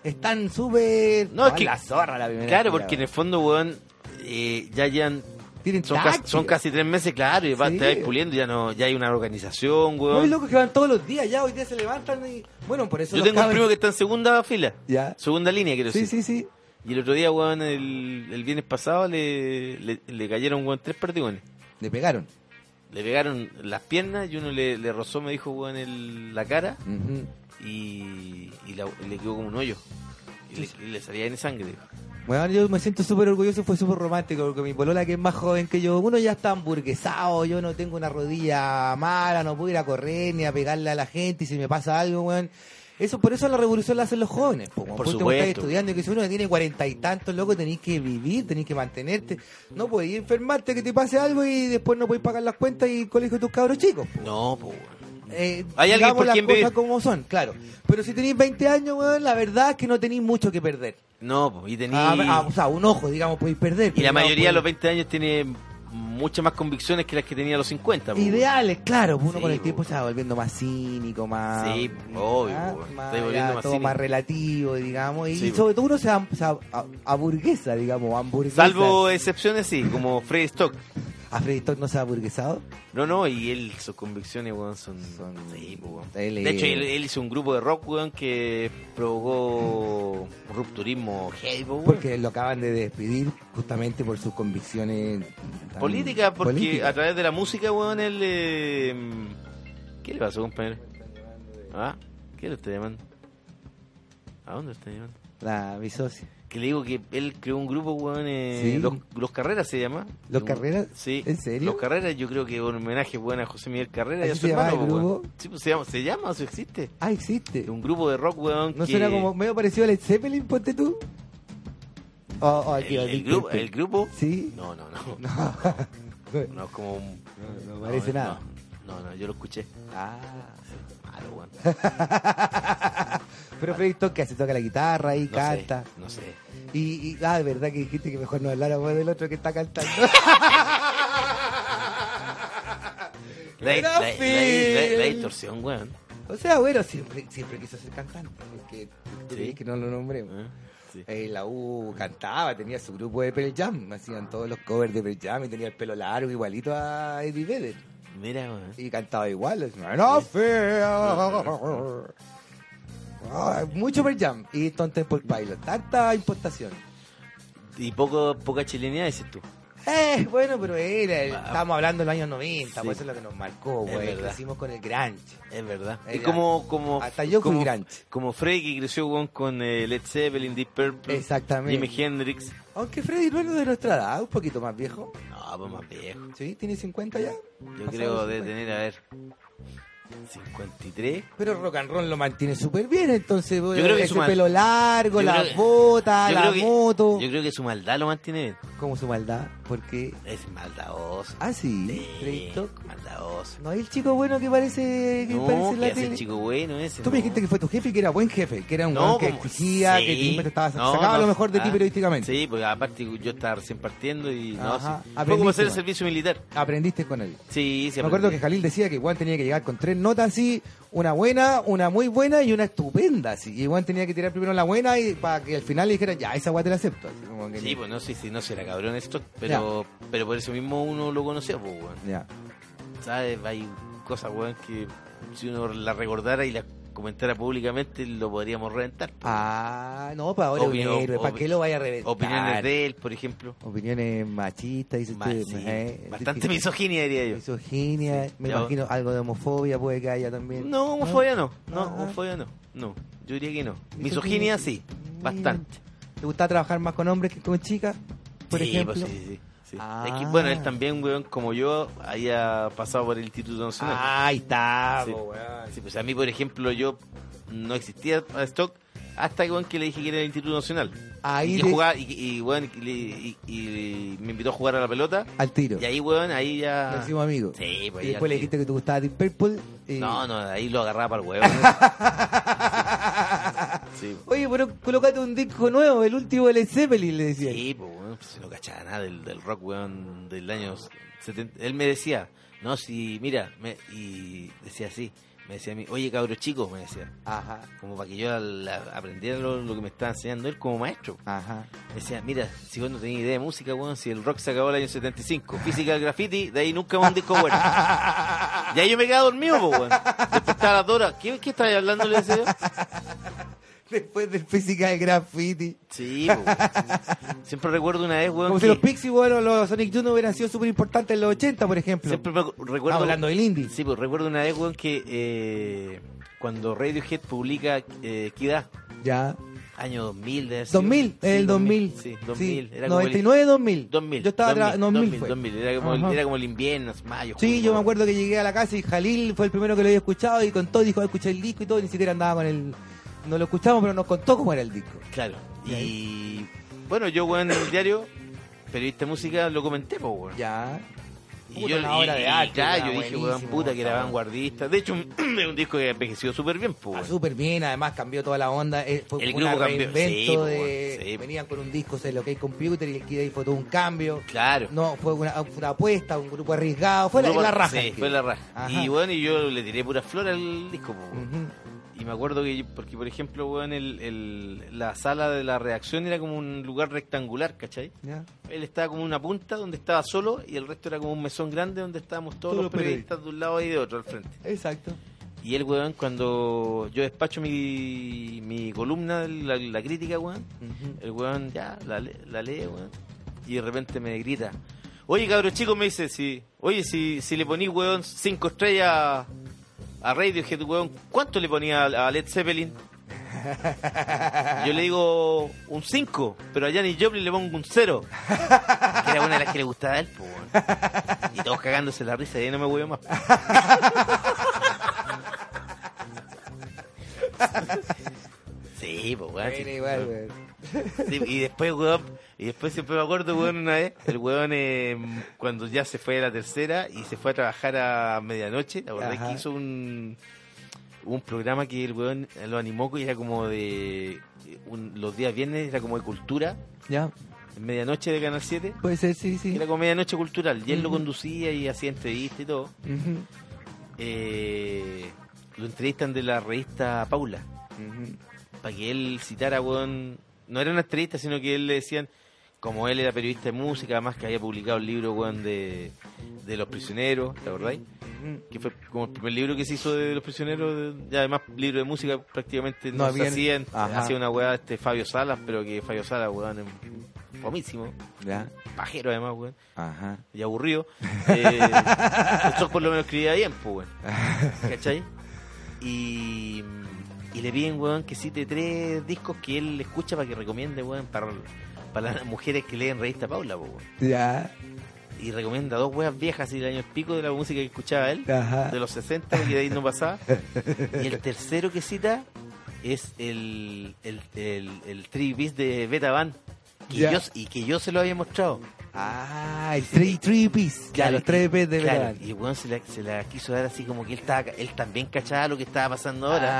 S3: Están súper.
S2: No, es
S3: Ah,
S2: que-
S3: La zorra la primera.
S2: Claro,
S3: fila,
S2: porque en
S3: weón.
S2: el fondo, weón, eh, ya llevan...
S3: Tienen
S2: Son casi, son
S3: táctica.
S2: casi tres meses, claro, y va,
S3: Sí.
S2: te vas puliendo, ya no ya hay una organización,
S3: No hay
S2: weón.
S3: locos que van todos los días, ya hoy día se levantan y. Bueno, por eso.
S2: Yo
S3: los
S2: tengo un
S3: cabros-
S2: primo que está en segunda fila,
S3: Ya.
S2: segunda línea, quiero
S3: Sí,
S2: decir.
S3: sí, sí.
S2: Y el otro día, weón, el, el viernes pasado le, le, le cayeron, weón, tres perdigones.
S3: Le pegaron.
S2: Le pegaron las piernas y uno le, le rozó, me dijo, weón, el, la cara
S3: Ujú.
S2: y, y la- le quedó como un hoyo. Y le, y le salía en sangre.
S3: Bueno, yo me siento súper orgulloso, fue súper romántico, porque mi polola que es más joven que yo, uno ya está hamburguesado, yo no tengo una rodilla mala, no puedo ir a correr ni a pegarle a la gente y si me pasa algo, weón. Eso, por eso la revolución la hacen los jóvenes, po,
S2: Por
S3: weón. Porque
S2: supuesto.
S3: estás estudiando y que si uno tiene cuarenta y tantos, loco, tenés que vivir, tenés que mantenerte. No podés enfermarte, que te pase algo y después no podés pagar las cuentas y el colegio de tus cabros chicos. po.
S2: No, pues.
S3: Eh,
S2: Hay alguien
S3: digamos
S2: por
S3: las
S2: quien
S3: cosas
S2: vivir.
S3: como son, claro. Pero si tenéis 20 años, weón, la verdad es que no tenéis mucho que perder.
S2: No, po, y tenía.
S3: Ah, ah, pues. o sea, un ojo, digamos, podéis perder.
S2: y la
S3: digamos,
S2: mayoría a los
S3: podéis-
S2: 20 años tiene muchas más convicciones que las que tenía a los 50. po.
S3: Ideales, claro, pues uno
S2: Sí,
S3: con el
S2: po.
S3: tiempo se va volviendo más cínico, más.
S2: Sí, obvio,
S3: ah,
S2: po, estoy
S3: más-
S2: volviendo
S3: ya,
S2: más
S3: todo
S2: cínico.
S3: más relativo, digamos. Y
S2: Sí, pues. po.
S3: sobre todo uno se, am- se am- a- aburguesa, digamos, hamburguesa.
S2: Salvo excepciones, sí, como Freddy Stock.
S3: ¿A Freddy Stock no se ha aburguesado?
S2: No, no, y él, sus convicciones, weón, son...
S3: Son-
S2: Sí, po, weón.
S3: Él
S2: de
S3: es-
S2: hecho, él, él hizo un grupo de rock, weón, que provocó un rupturismo heavy, po, weón.
S3: Porque lo acaban de despedir justamente por sus convicciones. tan-
S2: Política, porque
S3: políticas.
S2: a través de la música, weón, él... eh, ¿Qué le pasó, compañero? ¿Ah? ¿Qué lo está llamando? ¿A dónde lo está llamando?
S3: La, mi socia.
S2: Que le digo que él creó un grupo, weón, eh,
S3: Sí.
S2: los, Los Carreras se llama.
S3: ¿Los
S2: Un-
S3: Carreras?
S2: Sí.
S3: ¿En serio?
S2: Los Carreras yo creo que es un homenaje, weón, a José Miguel Carrera y
S3: ¿Así
S2: a su
S3: se llamaba
S2: hermano,
S3: el
S2: po,
S3: grupo?
S2: weón. Sí, pues, se llama, se llama, eso existe.
S3: Ah, existe.
S2: Un grupo de rock, weón,
S3: ¿No
S2: que-
S3: suena como medio parecido al Led Zeppelin, ponte tú? O- o al
S2: El,
S3: que- al
S2: el
S3: Led
S2: grupo,
S3: Zeppelin.
S2: el grupo...
S3: Sí.
S2: No, no, no.
S3: No,
S2: No, es como un...
S3: no parece
S2: no,
S3: nada.
S2: No, no, yo lo escuché.
S3: Ah.
S2: Malo, weón.
S3: Pero Freddy Stock que hace toca la guitarra ahí,
S2: No
S3: canta.
S2: sé, no sé.
S3: Y, y- ah, de verdad que dijiste que mejor no habláramos del otro que está cantando.
S2: La,
S3: Pero
S2: la- la-
S3: Phil.
S2: la- la distorsión, weón.
S3: o sea, bueno, siempre, siempre quiso ser cantante, porque tú
S2: Sí.
S3: querés que no lo nombremos.
S2: ¿Eh? Sí.
S3: Eh, la U cantaba, tenía su grupo de Pearl Jam, hacían todos los covers de Pearl Jam y tenía el pelo largo igualito a Eddie Vedder.
S2: Mira, weón.
S3: Y cantaba igual. así, No fear. Ah, Mucho Pearl Jam y Stone Temple Pilot. Tanta impostación.
S2: Y poco, poca chilenidad, dices tú.
S3: Eh, bueno, pero era, el- estábamos hablando de los años 90,
S2: Sí.
S3: pues eso es lo que nos marcó,
S2: Es
S3: güey.
S2: verdad.
S3: Crecimos con el grunge.
S2: Es verdad.
S3: Es
S2: Y
S3: verdad.
S2: como, como,
S3: Hasta yo fui
S2: como,
S3: grunge.
S2: Como Freddy que creció weón, con eh, Led Zeppelin, Deep Purple,
S3: Exactamente.
S2: Jimi Hendrix.
S3: Aunque Freddy no es de nuestra edad, un poquito más viejo.
S2: No, pues más viejo.
S3: Sí, tiene 50 ya. pues.
S2: Yo
S3: Pasado
S2: creo de
S3: 50.
S2: tener, a ver, 53.
S3: Pero rock and roll lo mantiene súper bien, entonces, güey,
S2: creo que
S3: ese
S2: su mal-
S3: pelo largo,
S2: yo
S3: las
S2: creo que-
S3: botas,
S2: yo
S3: Ah, la
S2: creo que-
S3: moto.
S2: Yo creo que su maldad lo mantiene bien.
S3: Como su maldad, porque...
S2: Es maldadoso.
S3: Ah, sí, Freddy
S2: Sí,
S3: Stock.
S2: maldadoso.
S3: No hay el chico bueno que parece que parece
S2: No,
S3: en
S2: que
S3: la
S2: hace
S3: tele.
S2: chico bueno ese.
S3: Tú me
S2: no.
S3: dijiste que fue tu jefe y que era buen jefe, que era un
S2: No,
S3: güey que
S2: como-
S3: exigía,
S2: sí.
S3: que siempre te estaba
S2: No,
S3: sacaba
S2: no,
S3: lo mejor de ti
S2: ah,
S3: periodísticamente.
S2: Sí, porque aparte yo estaba recién partiendo y no,
S3: Ajá.
S2: sí.
S3: Aprendiste,
S2: Fue como hacer el
S3: man.
S2: servicio militar.
S3: Aprendiste con él.
S2: Sí, sí.
S3: Me acuerdo que
S2: aprendí.
S3: Jalil decía que Juan tenía que llegar con tres notas así, una buena, una muy buena y una estupenda. Así. Y Juan tenía que tirar primero la buena y para que al final le dijeran, ya, esa Juan te la acepto. así como que-
S2: Sí, pues no sé si no será cabrón esto, pero pero por eso mismo uno lo conocía, pues, weón.
S3: Ya.
S2: ¿Sabes? Hay cosas, weón, que si uno las recordara y las comentara públicamente lo podríamos reventar.
S3: Ah, no, para ahora es un
S2: Opinión-
S3: héroe, ¿para
S2: opi-
S3: qué lo vaya a reventar?
S2: Opiniones de él, por ejemplo.
S3: Opiniones machistas, dice
S2: Más,
S3: usted,
S2: sí,
S3: eh,
S2: Bastante misoginia, diría yo.
S3: misoginia, me
S2: Ya.
S3: imagino algo de homofobia puede que haya también.
S2: No, homofobia no. No,
S3: Ah.
S2: homofobia no. No, yo diría que no.
S3: Misoginia.
S2: Misoginia sí, bastante.
S3: ¿Te gustaba trabajar más con hombres que con chicas? Por
S2: Sí,
S3: ejemplo.
S2: pues, sí, sí, sí.
S3: Ah.
S2: Es que, bueno, él también, weón, como yo, había pasado por el Instituto Nacional.
S3: Ah, Ahí está,
S2: Sí.
S3: po, weón.
S2: Sí, pues a mí, por ejemplo, yo no existía a Stock hasta que, weón, que le dije que era el Instituto Nacional.
S3: Ahí
S2: y, que
S3: de-
S2: jugaba- y, y, weón, y le- y- y me invitó a jugar a la pelota.
S3: Al tiro.
S2: Y ahí, weón, ahí ya...
S3: Nos hicimos amigos.
S2: Sí, pues
S3: y
S2: ahí
S3: después le
S2: al
S3: dijiste
S2: tiro.
S3: que te gustaba Deep Purple. eh, y-
S2: No, no, ahí lo agarraba para el huevo. sí,
S3: Oye, pero colocate un disco nuevo, el último de Led Zeppelin, le decía.
S2: sí, pues, weón, pues, no cachaba nada del, del rock, weón, del año 70. Él me decía, no, si, mira, me- y decía así, me decía a mí, oye, cabro chico, me decía,
S3: Ajá,
S2: como para que yo al- a- aprendiera lo, lo que me estaba enseñando él como maestro.
S3: ajá.
S2: Me decía, mira, si vos no tenés idea de música, weón, si el rock se acabó el año 75, física del graffiti, de ahí nunca más un disco bueno. Y ahí yo me quedaba dormido, po, weón. Despertaba a las dos horas. ¿Qué, qué estabas hablando, le decía yo?
S3: Después del física de graffiti.
S2: Sí, po, weón. Siempre recuerdo una vez, weón,
S3: Como si
S2: que
S3: los Pixies, bueno, los Sonic Youth no hubieran sido súper importantes en los 80, por ejemplo.
S2: siempre me acu- recuerdo...
S3: Estamos hablando del indie.
S2: Sí, pues recuerdo una vez, weón, que eh, cuando Radiohead publica eh, Kid A,
S3: Ya.
S2: Año 2000, debe haber sido.
S3: 2000,
S2: Sí,
S3: el 2000.
S2: Sí,
S3: sí.
S2: 2000. era como el-
S3: 99, 2000.
S2: 2000.
S3: Yo estaba tra- 2000,
S2: 2000,
S3: fue.
S2: 2000, Era, como el,
S3: Ajá.
S2: era como el invierno, mayo.
S3: Sí,
S2: junio.
S3: yo me acuerdo que llegué a la casa y Jalil fue el primero que lo había escuchado y contó, dijo, "Ah, escuché el disco y todo, y ni siquiera andaba con el... No lo escuchamos, pero nos contó cómo era el disco.
S2: Claro. Y bueno, yo, weón, en el diario, periodista de música, lo comenté, pues, weón.
S3: Ya.
S2: Y
S3: Puta,
S2: yo,
S3: una
S2: y-
S3: obra de
S2: y
S3: arte,
S2: ya,
S3: weón,
S2: yo dije,
S3: buenísimo,
S2: weón, puta, que era
S3: weón.
S2: vanguardista. De hecho, un- es un disco que envejeció súper bien, pues,
S3: Ah,
S2: weón.
S3: súper bien, además cambió toda la onda. eh, Fue
S2: El
S3: un
S2: grupo cambió, sí,
S3: reinvento
S2: po,
S3: de-
S2: weón, sí.
S3: Venían con un disco, se lo que hay computer y el Kid ahí fue todo un cambio.
S2: Claro.
S3: No, fue una, fue una apuesta, un grupo arriesgado. Fue la,
S2: Fue
S3: la
S2: por-
S3: raja.
S2: sí,
S3: el
S2: fue
S3: Kid.
S2: la raja.
S3: Ajá.
S2: Y bueno, y yo le tiré pura flor al disco. po, weón.
S3: Ujú.
S2: Y me acuerdo que, yo- porque por ejemplo, weón, el- el- la sala de la reacción era como un lugar rectangular, ¿cachai?
S3: Ya.
S2: Él estaba como en una punta donde estaba solo y el resto era como un mesón grande donde estábamos todos,
S3: Todos
S2: los
S3: los
S2: periodistas de un lado y de otro al frente.
S3: Exacto.
S2: Y el weón, cuando yo despacho mi, mi columna, la, la crítica, weón, el weón ya la, le- la lee, weón, y de repente me grita. Oye, cabro chico, me dice, si, oye, si, si le ponís, weón, cinco estrellas a Radiohead, weón, ¿cuánto le ponía a a Led Zeppelin? Yo le digo un 5, pero a Janis Joplin le pongo un 0. Que era una de las que le gustaba a él, po, weón. Y todos cagándose la risa, y ahí no me voy más. Sí, pues, weón.
S3: Bueno,
S2: sí.
S3: igual, weón.
S2: Sí, y después, weón, y después siempre me acuerdo, weón, una vez, el weón eh, cuando ya se fue a la tercera y se fue a trabajar a medianoche, la verdad es
S3: Ajá.
S2: que hizo un, un programa que el weón lo animó y era como de un- los días viernes, era como de cultura,
S3: Ya,
S2: en medianoche de Canal 7,
S3: puede ser, sí, sí.
S2: que era como medianoche cultural, y él lo
S3: Ujú.
S2: conducía y hacía entrevistas y todo.
S3: Ujú,
S2: Eh, lo entrevistan de la revista Paula.
S3: ujú.
S2: para que él citara, weón, no era una entrevista, sino que él le decían, como él era periodista de música, además que había publicado el libro, weón, de, de Los Prisioneros, ¿te acordáis? Que fue como el primer libro que se hizo de Los Prisioneros, de- y además libro de música prácticamente no,
S3: No
S2: se
S3: habían-
S2: hacían,
S3: Ajá.
S2: hacía una weá este Fabio Salas, pero que Fabio Salas, weón, es fomísimo,
S3: Ya,
S2: pajero además, weón
S3: ajá.
S2: y aburrido. Eh, yo por lo menos escribía bien, pues, weón. ¿Cachai? Y, y le piden, weón, que cite tres discos que él escucha para que recomiende, weón, para, para las mujeres que leen revista Paula, pues, weón.
S3: Ya,
S2: Y recomienda dos weas viejas y de años pico de la música que escuchaba él,
S3: Ajá.
S2: de los 60, que de ahí no pasaba. Y el tercero que cita es el, el, el, el three piece de Beta Van. que
S3: Ya.
S2: yo- y que yo se lo había mostrado.
S3: Ah, el three, three piece. Ya, los tres P's de
S2: claro,
S3: verdad.
S2: Y el weón se la, se la quiso dar así como que él estaba, él también cachaba lo que estaba pasando ahora.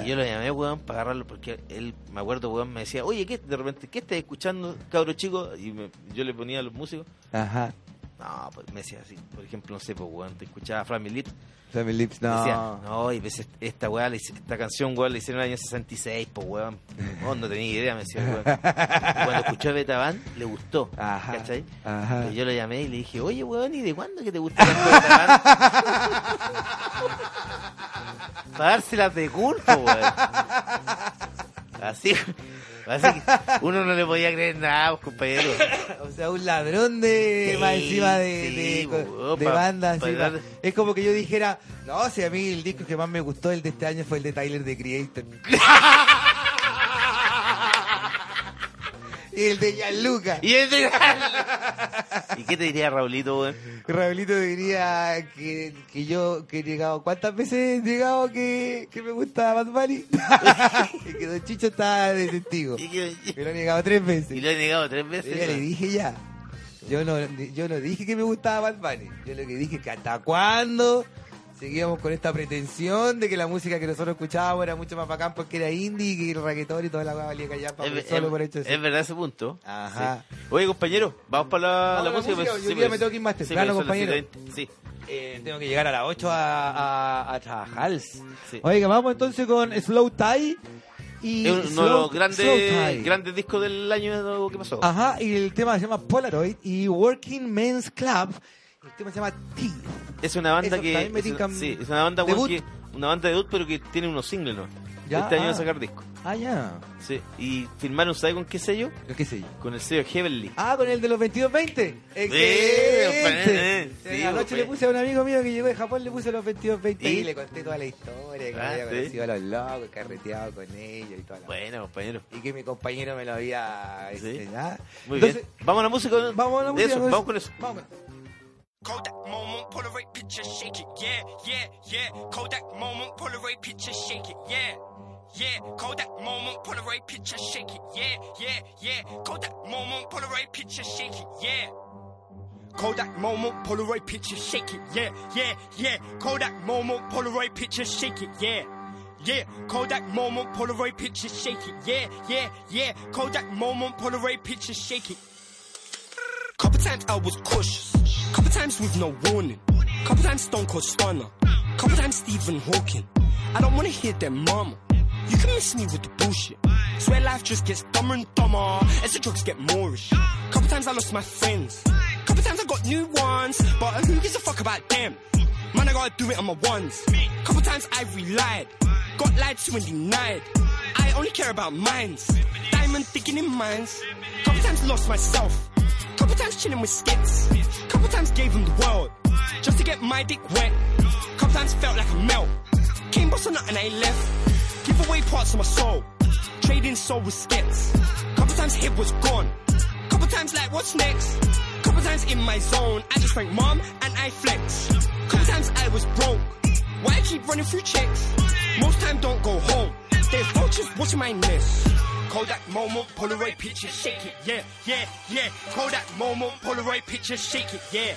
S3: Ah,
S2: Y yo lo llamé, weón, para agarrarlo, porque él, me acuerdo, weón, me decía, oye, ¿qué de repente, qué estás escuchando, cabro chico? Y me- yo le ponía a los músicos,
S3: Ajá.
S2: no, pues me decía así, por ejemplo, no sé, pues weón, te escuchaba a Flammy Lips,
S3: Sammy Lips,
S2: me
S3: no.
S2: decía, no, y ves esta weá, le hice- esta canción, weón, la hicieron en el año 66, pues weón, no, no tenía idea, me decía, el weón. Y Cuando escuchó a Beta Van, le gustó,
S3: Ajá.
S2: ¿cachai?
S3: Ajá.
S2: Pero yo lo llamé y le dije, oye, weón, ¿y de cuándo que te gusta tanto Betaban? Para dárselas de culpo, weón. Así, así que uno no le podía creer nada, pues, compañero.
S3: O sea, un ladrón de
S2: Sí,
S3: más encima de,
S2: sí,
S3: de-
S2: weón,
S3: de
S2: pa-
S3: banda.
S2: pa
S3: encima.
S2: dar-
S3: Es como que yo dijera, no, si a mí el disco que más me gustó el de este año fue el de Tyler de Creator. y el de Gianluca.
S2: Y, es de- ¿Y qué te diría Raulito, weón?
S3: Raulito diría que, que yo que he llegado, ¿cuántas veces he llegado que, que me gusta Bad Bunny? y que Don Chicho está de testigo.
S2: Y, que-
S3: Me lo han llegado tres
S2: y
S3: veces.
S2: lo he negado tres
S3: Yo
S2: veces.
S3: ya le
S2: weón.
S3: dije ya. Yo no, yo no dije que me gustaba Bad Bunny. Yo lo que dije es que hasta cuándo seguíamos con esta pretensión de que la música que nosotros escuchábamos era mucho más bacán porque era indie y que el reggaetón y toda la hueá valía callar
S2: Es, es-
S3: solo por hecho de
S2: es
S3: ser.
S2: verdad ese punto.
S3: Ajá.
S2: Sí. Oye, compañero, vamos para la,
S3: Vamos a la música,
S2: pues,
S3: hoy día me
S2: pues,
S3: tengo que ir más
S2: pues,
S3: temprano,
S2: son las
S3: compañero.
S2: 7:20. Sí.
S3: Eh, tengo que llegar a las 8 a, a, a trabajar.
S2: Sí.
S3: Oiga, vamos entonces con Slow Tie. Y
S2: Es uno de
S3: Slow-
S2: los
S3: Slow Tie.
S2: grandes, grandes discos del año que pasó.
S3: Ajá, y el tema se llama Polaroid y Working Men's Club. El tema se llama T.
S2: Es una banda
S3: Eso
S2: que.
S3: también me
S2: es, una-
S3: tinca,
S2: sí, es una banda
S3: debut.
S2: weón, que- una banda debut, pero que tiene unos singles, ¿no?
S3: Ya,
S2: este año
S3: ah.
S2: va a sacar disco.
S3: Ah, ya.
S2: Sí. Y firmaron, ¿sabe con qué sello?
S3: Yo qué sé yo.
S2: Con el sello Heavenly.
S3: Ah, con el de los 22-20.
S2: pues,
S3: Excelente.
S2: sí,
S3: Anoche
S2: pues.
S3: le puse a un amigo mío que llegó de Japón, le puse los 22-20 y,
S2: ¿Y?
S3: le conté toda la historia, que
S2: Ah,
S3: había
S2: sí.
S3: conocido a los locos, carreteado con ellos y toda la...
S2: Bueno, compañero.
S3: Y que mi compañero me lo había... este,
S2: Sí.
S3: ya.
S2: Muy
S3: Entonces,
S2: bien. Vamos a la música. ¿no?
S3: Vamos a la
S2: De
S3: música pues.
S2: eso,
S3: con
S2: Vamos con eso.
S3: Vamos con-
S4: Kodak moment, Polaroid picture, shake it, yeah, yeah, yeah. Kodak moment, Polaroid picture, shake it, yeah, yeah. Kodak moment, Polaroid picture, shake it, yeah, yeah, yeah. Kodak moment, Polaroid picture, shake it, yeah. Kodak moment, Polaroid picture, shake it, yeah, yeah, yeah. Kodak moment, Polaroid picture, shake it, yeah. Yeah, Kodak moment, Polaroid picture, shake it, yeah, yeah, yeah. Kodak moment, Polaroid picture, shake it. Couple times I was cautious. Couple times with no warning. Couple times Stone Cold Stunner. Couple times Stephen Hawking. I don't wanna hear their mama. You can miss me with the bullshit. Swear life just gets dumber and dumber as the drugs get moreish. Couple times I lost my friends. Couple times I got new ones, but who gives a fuck about them? Man, I gotta do it on my ones. Couple times I relied. Got lied to and denied. I only care about mines. Diamond digging in mines. Couple times lost myself. Couple times chilling with skits. Couple times gave him the world just to get my dick wet. Couple times felt like a melt. Came boss on and I ain't left. Give away parts of my soul. Trading soul with skits. Couple times hit was gone. Couple times like what's next. Couple times in my zone. I just went mom and I flex. Couple times I was broke. Why I keep running through checks? Most time don't go home. There's vultures watching my nest. Kodak moment, Polaroid picture, shake it, yeah, yeah, yeah. Kodak moment, Polaroid picture, shake it, yeah,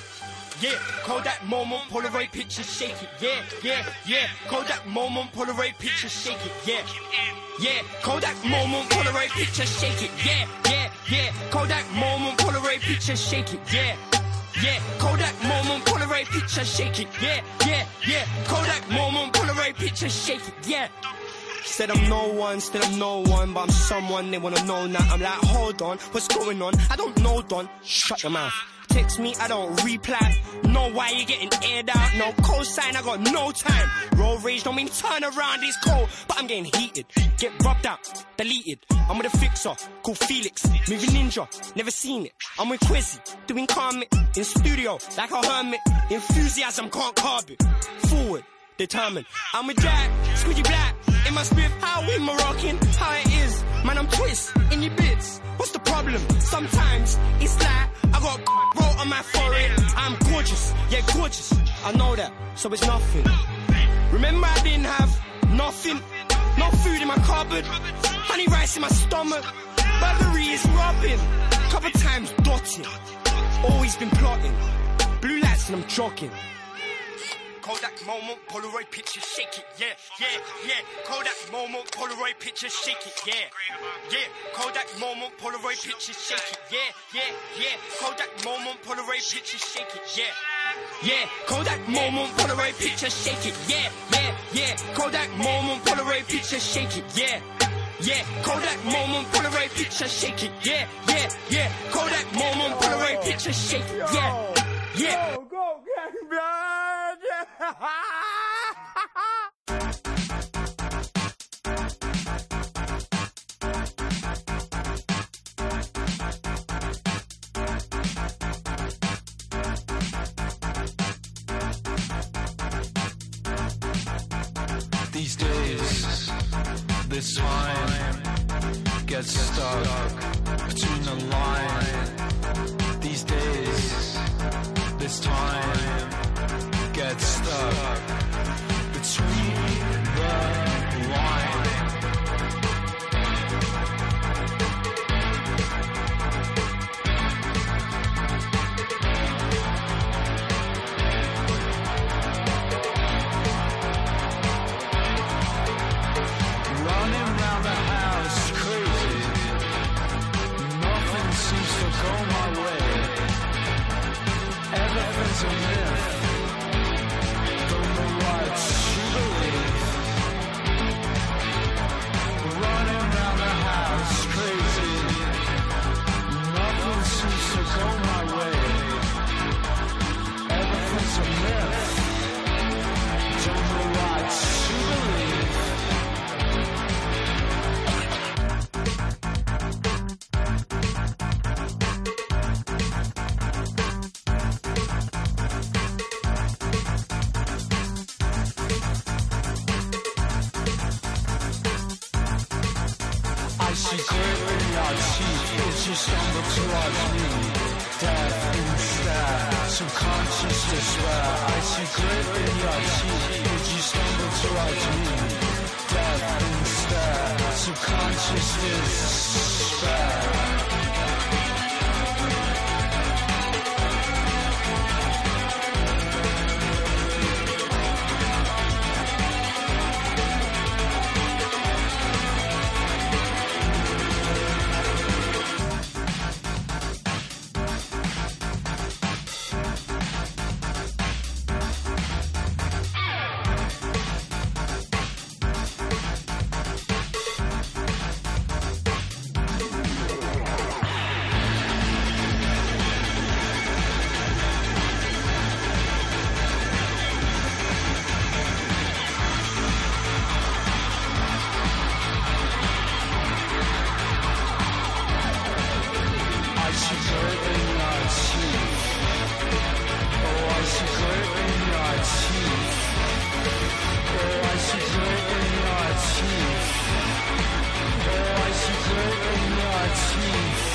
S4: yeah. Kodak moment, Polaroid picture, shake it, yeah, yeah, yeah. Kodak moment, Polaroid picture, shake it, yeah, yeah. Kodak moment, Polaroid picture, shake it, yeah, yeah, yeah. Kodak moment, Polaroid picture, shake it, yeah. Yeah, Kodak moment, Polaroid picture, shake it. Yeah, yeah, yeah. Kodak moment, Polaroid picture, shake it. Yeah. Said I'm no one, still I'm no one, but I'm someone they wanna know now. I'm like, hold on, what's going on? I don't know, Don. Shut your mouth. Text me, I don't reply. No why you getting aired out, no cosign, I got no time. Roll rage don't mean turn around, it's cold, but I'm getting heated. Get rubbed out, deleted. I'm with a fixer, called Felix. Moving ninja, never seen it. I'm with Quizzy, doing calm it. In studio, like a hermit. Enthusiasm can't carb it. Forward, determined. I'm a jack, squidgy black. In my spirit, how we Moroccan, how it is. Man, I'm twist in your bits. What's the problem? Sometimes it's like I got wrote on my forehead. I'm gorgeous, yeah, gorgeous. I know that, so it's nothing. Remember, I didn't have nothing, no food in my cupboard, honey rice in my stomach. Burglary is robbing, couple times dotting. Always been plotting, blue lights and I'm jogging. Kodak moment, Polaroid picture, shake it, yeah, yeah, yeah. Kodak moment, Polaroid picture, shake it, yeah, yeah. Kodak moment, Polaroid picture, shake it, yeah, yeah, yeah. Kodak moment, Polaroid picture, shake it, yeah, yeah. Kodak moment, Polaroid picture, shake it, yeah, yeah, yeah. Kodak moment, Polaroid picture, shake it, yeah. Yeah, Kodak moment, Polaroid picture, shake it, yeah, yeah, yeah. Kodak moment, Polaroid picture, shake it, yeah, yeah.
S5: These days, this mind gets stuck between the line. These days, this time gets stuck between the line. Running round the house crazy. Nothing seems to go my way. Everything's a myth. The She's wearing our teeth. It's a stumble to our dream. Death in style. Subconscious despair. I see grip in your teeth. It's a stumble to our dream. Death in style. Subconscious despair. I should grip in your teeth. Oh, I should grip in your teeth. Oh, I should grip in your teeth. Oh, I should grip in your teeth.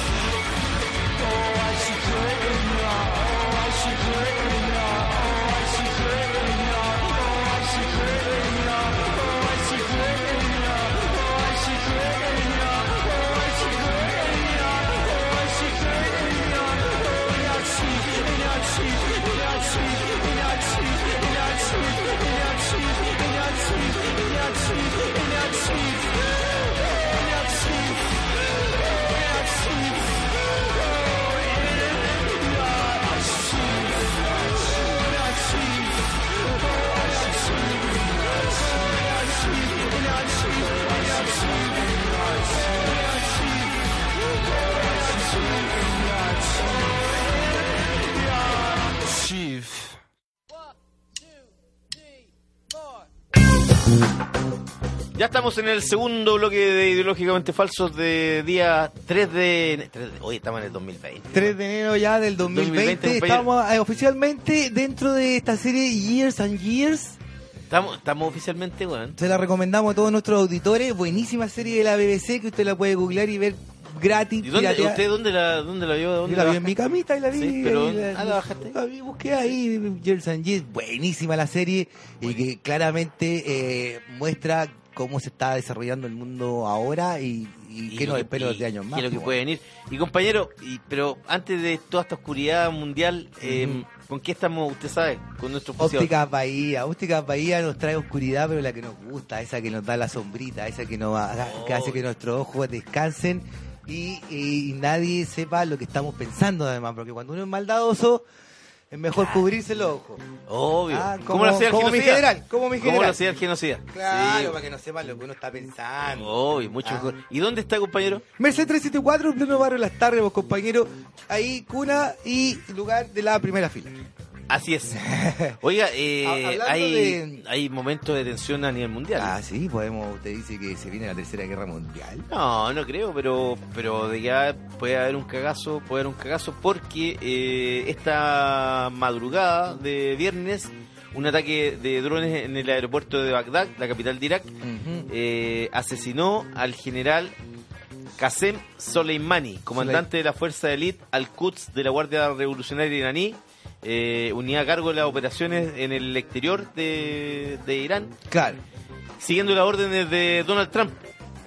S5: Oh, I should grip in your. Oh, I should grip in your. Oh, I should grip in your. Oh, I should grip in your. Oh, I should grip in your. Oh, I should grip in your. Oh, I should grip in your. Oh, I should grip in your. Oh, in your teeth, in your teeth, in your teeth, in your teeth, in your teeth, in your teeth, in your teeth, in your teeth, in your teeth, in your teeth. Chief.
S2: Ya estamos en el segundo bloque de Ideológicamente Falsos de día 3 de... 3 de- Hoy estamos en el 2020.
S3: 3 de enero ya del 2020,
S2: 2020,
S3: estamos eh, oficialmente dentro de esta serie Years and Years.
S2: Estamos, estamos oficialmente, weón.
S3: Se la recomendamos a todos nuestros auditores. Buenísima serie de la BBC que usted la puede googlear y ver gratis.
S2: ¿Y dónde,
S3: pirateada.
S2: usted dónde la, dónde la vio? ¿Dónde
S3: Yo la vi
S2: baja?
S3: en mi camita y la vi.
S2: Sí, pero-
S3: ahí
S2: ah, la bajaste.
S3: La vi, busqué ahí Years and Years. Buenísima la serie y que claramente eh, muestra cómo se está desarrollando el mundo ahora y, y, qué
S2: lo
S3: nos
S2: que-
S3: espera
S2: y-
S3: los 10 años
S2: y
S3: más.
S2: lo que
S3: po.
S2: puede venir. Y compañero, y, pero antes de toda esta oscuridad mundial, eh, ¿con qué estamos, usted sabe? Con nuestro oficial.
S3: Ópticas Bahía, Ópticas Bahía nos trae oscuridad, pero la que nos gusta, esa que nos da la sombrita, esa que nos haga- que hace
S2: Oh.
S3: que nuestros ojos descansen y, y nadie sepa lo que estamos pensando además, porque cuando uno es maldadoso es mejor cubrirse los ojos.
S2: Obvio.
S3: Ah,
S2: ¿Cómo
S3: como-
S2: lo hacía el
S3: como mi
S2: genocida?
S3: general, como mi
S2: ¿Cómo
S3: general.
S2: lo hacía el genocida?
S3: Claro,
S2: Sí, Oh.
S3: para que no sepa lo que uno está pensando.
S2: Obvio, mucho
S3: Ah.
S2: mejor. ¿Y dónde está, compañero?
S3: Mercedes 374, en pleno barrio Las Tardes, vos compañero, ahí cuna y lugar de la primera fila.
S2: Así es. Oiga, eh,
S3: Ha- hablando
S2: hay,
S3: de-
S2: hay momentos de tensión a nivel mundial.
S3: Ah, sí, podemos, usted dice que se viene la tercera guerra mundial.
S2: No, no creo, pero pero de ya puede haber un cagazo, puede haber un cagazo, porque eh, esta madrugada de viernes, un ataque de drones en el aeropuerto de Bagdad, la capital de Irak, eh, asesinó al general Qasem Soleimani, comandante de la Fuerza de Elite Al-Quds de la Guardia Revolucionaria iraní, eh, unidad a cargo de las operaciones en el exterior de, de Irán,
S3: Claro.
S2: siguiendo las órdenes de Donald Trump.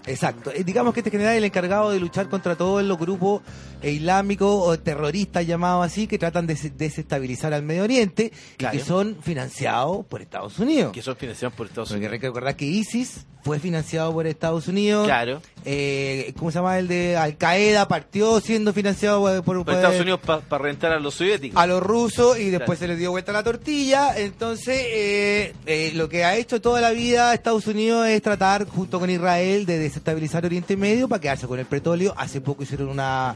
S3: Exacto. Eh, digamos que este general es el encargado de luchar contra todos los grupos eh, islámicos o terroristas llamados así que tratan de des- desestabilizar al Medio Oriente
S2: Claro.
S3: y que son financiados por Estados Unidos.
S2: que son financiados por Estados
S3: Porque
S2: Unidos.
S3: hay que recordar que ISIS fue financiado por Estados Unidos.
S2: Claro.
S3: Eh, ¿Cómo se llama el de Al Qaeda? Partió siendo financiado eh, por,
S2: Por Estados Unidos para rentar a los soviéticos.
S3: a los rusos y
S2: Claro.
S3: después se les dio vuelta la tortilla. Entonces, eh, eh, lo que ha hecho toda la vida Estados Unidos es tratar, junto con Israel, de desestabilizar Oriente Medio para quedarse con el petróleo. Hace poco hicieron una.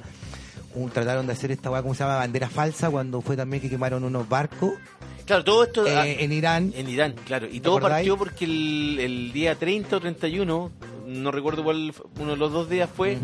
S3: un- trataron de hacer esta weá, ¿cómo se llama? Bandera falsa, cuando fue también que quemaron unos barcos
S2: Claro, todo esto
S3: eh,
S2: ah,
S3: en Irán.
S2: en Irán, claro. Y todo
S3: acordáis?
S2: partió porque el, el día 30 o 31, no recuerdo cuál, fue- uno de los dos días fue,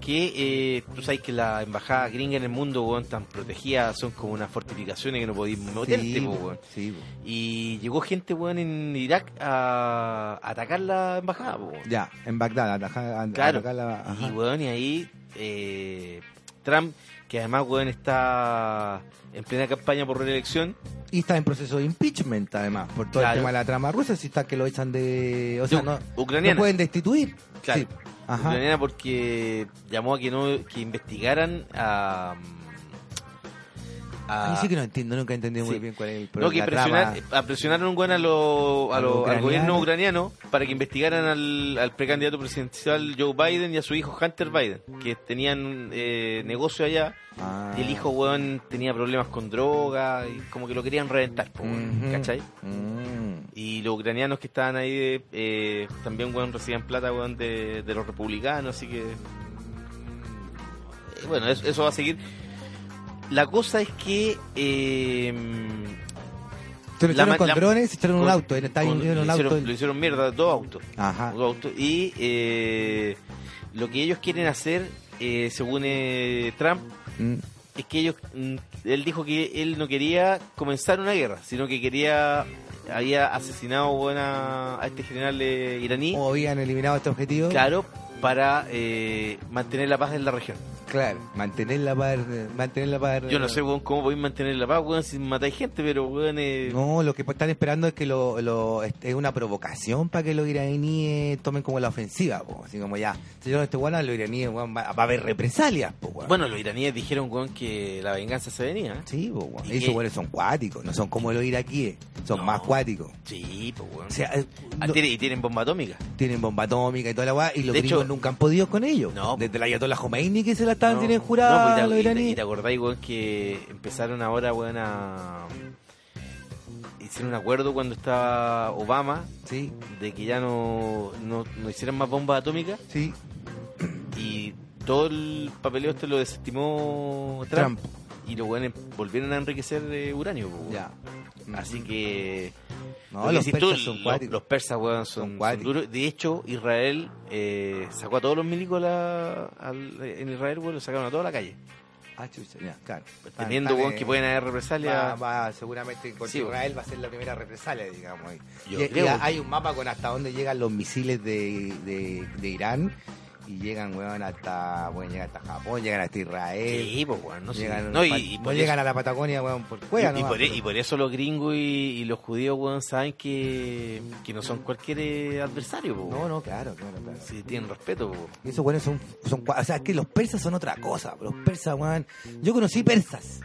S2: que eh, tú sabes que la embajada gringa en el mundo, weón, tan protegida, son como unas fortificaciones que no podéis meterte, po, weón.
S3: sí, po.
S2: Y llegó gente, weón, en Irak a, a atacar la embajada, po, weón.
S3: Ya, en Bagdad, ataja- a-
S2: Claro.
S3: atacar la- ajá.
S2: Y weón, y ahí eh, Trump, que además weón está en plena campaña por reelección,
S3: Y está en proceso de impeachment, además, por todo
S2: Claro.
S3: el tema de la trama rusa, si está que lo echan de... O sea,
S2: De
S3: no,
S2: ucraniana.
S3: no pueden destituir.
S2: Claro.
S3: Sí. Ajá.
S2: ucraniana, porque llamó a que no que investigaran a, mm, a-
S3: Ahí sí que no entiendo, nunca he entendido muy
S2: Sí.
S3: bien cuál es el
S2: no, que
S3: la
S2: presionar-
S3: trama.
S2: a presionaron un weón a lo- a
S3: Al
S2: lo- al
S3: ucraniano.
S2: gobierno ucraniano para que investigaran al, al precandidato presidencial Joe Biden y a su hijo Hunter Biden, que tenían eh, negocio allá.
S3: Ah.
S2: Y el hijo, weón, tenía problemas con droga y como que lo querían reventar, po, weón,
S3: Ujú.
S2: ¿cachai?
S3: Mm.
S2: Y los ucranianos que estaban ahí de- eh, también, weón, recibían plata, weón, de, de los republicanos, así que... eh, Bueno, eso, eso va a seguir. La cosa es que... eh,
S3: Se lo
S2: la
S3: echaron
S2: ma-
S3: con
S2: la-
S3: drones, se echaron en un
S2: con-
S3: auto, él estaba
S2: con-
S3: en en
S2: lo
S3: un
S2: hicieron-
S3: auto. Ah.
S2: Lo hicieron mierda, dos autos.
S3: Ajá.
S2: Un auto. Y eh, lo que ellos quieren hacer, eh, según eh, Trump,
S3: Mm.
S2: es que ellos mm, él dijo que él no quería comenzar una guerra sino que quería había asesinado weón, a, a este general eh, iraní
S3: O habían eliminado este objetivo.
S2: claro para eh, mantener la paz en la región
S3: Claro, mantener la paz. eh, Mantener la paz, eh,
S2: yo no sé weón, cómo podéis mantener la paz weón, si matáis gente pero weón, eh,
S3: No, lo que están esperando es que lo, lo- es- es una provocación para que los iraníes tomen como la ofensiva, po. así como ya, si yo no estoy guano, los iraníes weón, va, va a haber represalias, po, weón.
S2: bueno los iraníes dijeron weón, que la venganza se venía ¿eh?
S3: sí, po, weón.
S2: ¿Y
S3: esos
S2: qué?
S3: weones son cuáticos, no son como los iraquíes, son
S2: No.
S3: más cuáticos.
S2: sí pues weón.
S3: O sea, eh,
S2: Ah,
S3: no-
S2: tiene- y tienen bomba atómica
S3: tienen bomba atómica y toda la weá, y los
S2: De
S3: gringos
S2: hecho-
S3: nunca han podido con ellos.
S2: No, po.
S3: Desde la Ayatollah Khomeini que se la estaban tienen
S2: No,
S3: jurada
S2: no, pues, y, te, y te-
S3: los iraníes.
S2: y te acordáis, weón, que empezaron ahora, weón, a. Hicieron un acuerdo cuando estaba Obama
S3: Sí,
S2: de que ya no, no, no hicieran más bombas atómicas
S3: sí,
S2: y todo el papeleo este lo desestimó Trump.
S3: Trump,
S2: Y los weones volvieron a enriquecer eh, uranio, po, weón.
S3: ya.
S2: Así que.
S3: No,
S2: lo que
S3: los
S2: decís
S3: persas
S2: tú,
S3: son
S2: los-
S3: cuáticos.
S2: los persas, weón, son,
S3: Son
S2: son
S3: cuáticos.
S2: duros. De hecho, Israel eh, sacó a todos los milicos a la- al- en Israel, weón, lo sacaron a toda la calle.
S3: Ah, chucha, ya, claro.
S2: Teniendo
S3: Tan- tan,
S2: weón, que
S3: eh,
S2: pueden haber represalias.
S3: va, va seguramente contra
S2: Sí,
S3: Israel va a ser la primera represalia, digamos. ahí.
S2: Yo
S3: Y- y
S2: creo.
S3: hay un mapa con hasta dónde llegan los misiles de, de- de Irán y llegan, weón, hasta, bueno, llegan hasta Japón, llegan hasta Israel.
S2: Sí, pues, weón, no, sé.
S3: llegan,
S2: No, y,
S3: pa-
S2: y
S3: no
S2: por
S3: llegan
S2: eso,
S3: a la Patagonia, weón, por
S2: y-
S3: cueva
S2: y
S3: nomás, pues.
S2: por, e-
S3: pero-
S2: y por eso los gringos y, y los judíos, weón, saben que, que no son cualquier eh, adversario, po,
S3: No,
S2: weón.
S3: no, claro, claro, claro.
S2: Si tienen respeto, pues, po.
S3: Y Esos weones son, son cua- O sea, es que los persas son otra cosa. Los persas, weón. Yo conocí persas.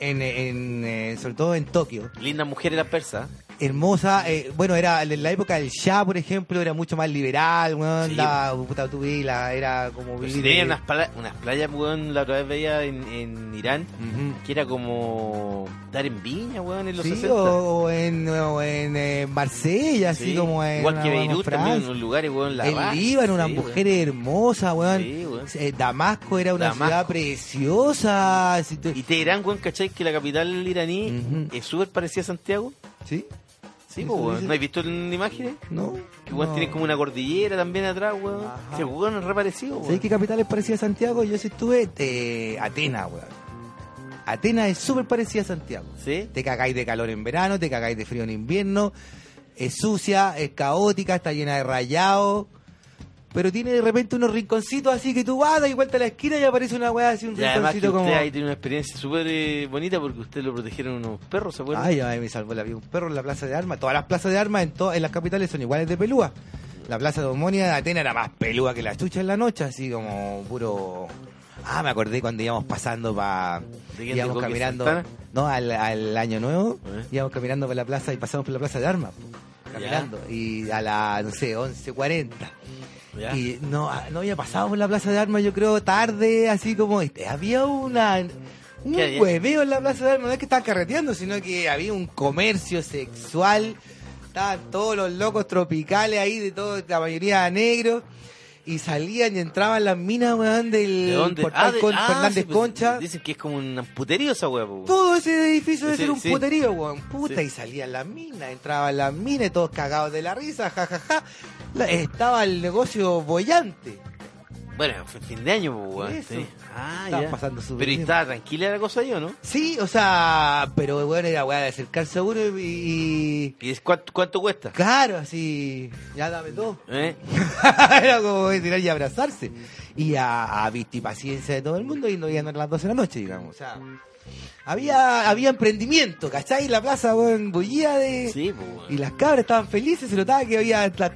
S3: En, en, eh, sobre todo en Tokio.
S2: Linda mujer era persa.
S3: hermosa. eh, bueno, era en la época del Shah, por ejemplo, era mucho más liberal, weón.
S2: Sí.
S3: la, puta, tú vi la- era como
S2: Pero
S3: vivir.
S2: si tenían unas, pala- unas playas, weón, la otra vez veía en, en Irán,
S3: Ujú.
S2: que era como dar en viña, weón, en los
S3: Sí,
S2: 60.
S3: o, o en, o en eh, Marsella, así
S2: Sí.
S3: como en.
S2: Igual que
S3: en
S2: Beirut, también, en
S3: Francia.
S2: unos lugares, weón, la
S3: en Líbano,
S2: una
S3: unas
S2: mujer
S3: mujeres hermosas, weón.
S2: Sí, weón.
S3: Eh, Damasco era una
S2: Damasco.
S3: ciudad preciosa. así te-
S2: Y Teherán, weón, ¿cachai? Que la capital iraní
S3: Ujú.
S2: es súper parecida a Santiago.
S3: ¿Sí?
S2: Sí,
S3: ¿Eso
S2: po, weón.
S3: dices?
S2: ¿No has visto en imágenes?
S3: ¿No?
S2: Que weón
S3: no.
S2: tiene como una cordillera también atrás, weón.
S3: Ajá.
S2: Ese weón es reparecido, weón.
S3: ¿Sabéis qué capitales parecía a Santiago? Yo sí estuve. eh, Atenas, weón. Atenas es súper parecida a Santiago.
S2: ¿Sí?
S3: Te cagáis de calor en verano, te cagáis de frío en invierno. Es sucia, es caótica, está llena de rayados. Pero tiene de repente unos rinconcitos así que tú vas, das vuelta a la esquina y aparece una weá así, un
S2: Y además que usted
S3: rinconcito como.
S2: ahí tiene una experiencia súper eh, bonita porque usted lo protegieron unos perros, ¿se acuerdan?
S3: Ay, ay, me salvó la vida. Un perro en la plaza de armas. Todas las plazas de armas en, to- en las capitales son iguales de pelúa. La plaza de Omonia de Atenas era más pelúa que la chucha en la noche, así como puro. Ah, me acordé cuando íbamos pasando para.
S2: ¿De quién? ¿De
S3: Íbamos
S2: Coque
S3: caminando.
S2: Santana?
S3: No, al, al año nuevo.
S2: ¿Eh?
S3: Íbamos caminando por la plaza y pasamos por la plaza de armas. po, Caminando. Y a las, no sé, 11.40.
S2: ¿Ya?
S3: Y no, ah, no había pasado por la Plaza de Armas, yo creo, tarde, así como... este, Había una... Un
S2: ¿Qué había?
S3: hueveo en la Plaza de Armas, no es que estaban carreteando, sino que había un comercio sexual, estaban todos los locos tropicales ahí, de todo, la mayoría negros, y salían y entraban las minas, weón, del
S2: ¿De dónde?
S3: portal
S2: de-
S3: con
S2: sí,
S3: Fernández
S2: pues,
S3: Concha.
S2: Dicen que es como un puterío esa hueá, po, weón.
S3: Todo ese edificio debe
S2: Sí,
S3: ser un
S2: sí.
S3: puterío, weón. Puta,
S2: Sí.
S3: y salían las minas, entraban las minas, y todos cagados de la risa, jajaja. estaba el negocio bollante.
S2: Bueno, fue fin de año, po, weón.
S3: Eso.
S2: sí. Ah,
S3: Estaban
S2: ya.
S3: pasando súper
S2: Pero
S3: bien.
S2: estaba tranquila la cosa ahí, ¿o no?
S3: Sí, o sea, pero bueno, era weá de acercarse a uno y, y-
S2: ¿Y es cuánto, cuánto cuesta?
S3: Claro, así. Ya dame todo.
S2: ¿Eh?
S3: era como tirar y abrazarse. Y a, a vista y paciencia de todo el mundo y no iban a las 12 de la noche, digamos. O sea, había, había emprendimiento, ¿cachai? La plaza, weón, bullía de.
S2: Sí, po, weón.
S3: Y las cabras estaban felices, se notaba que había. la-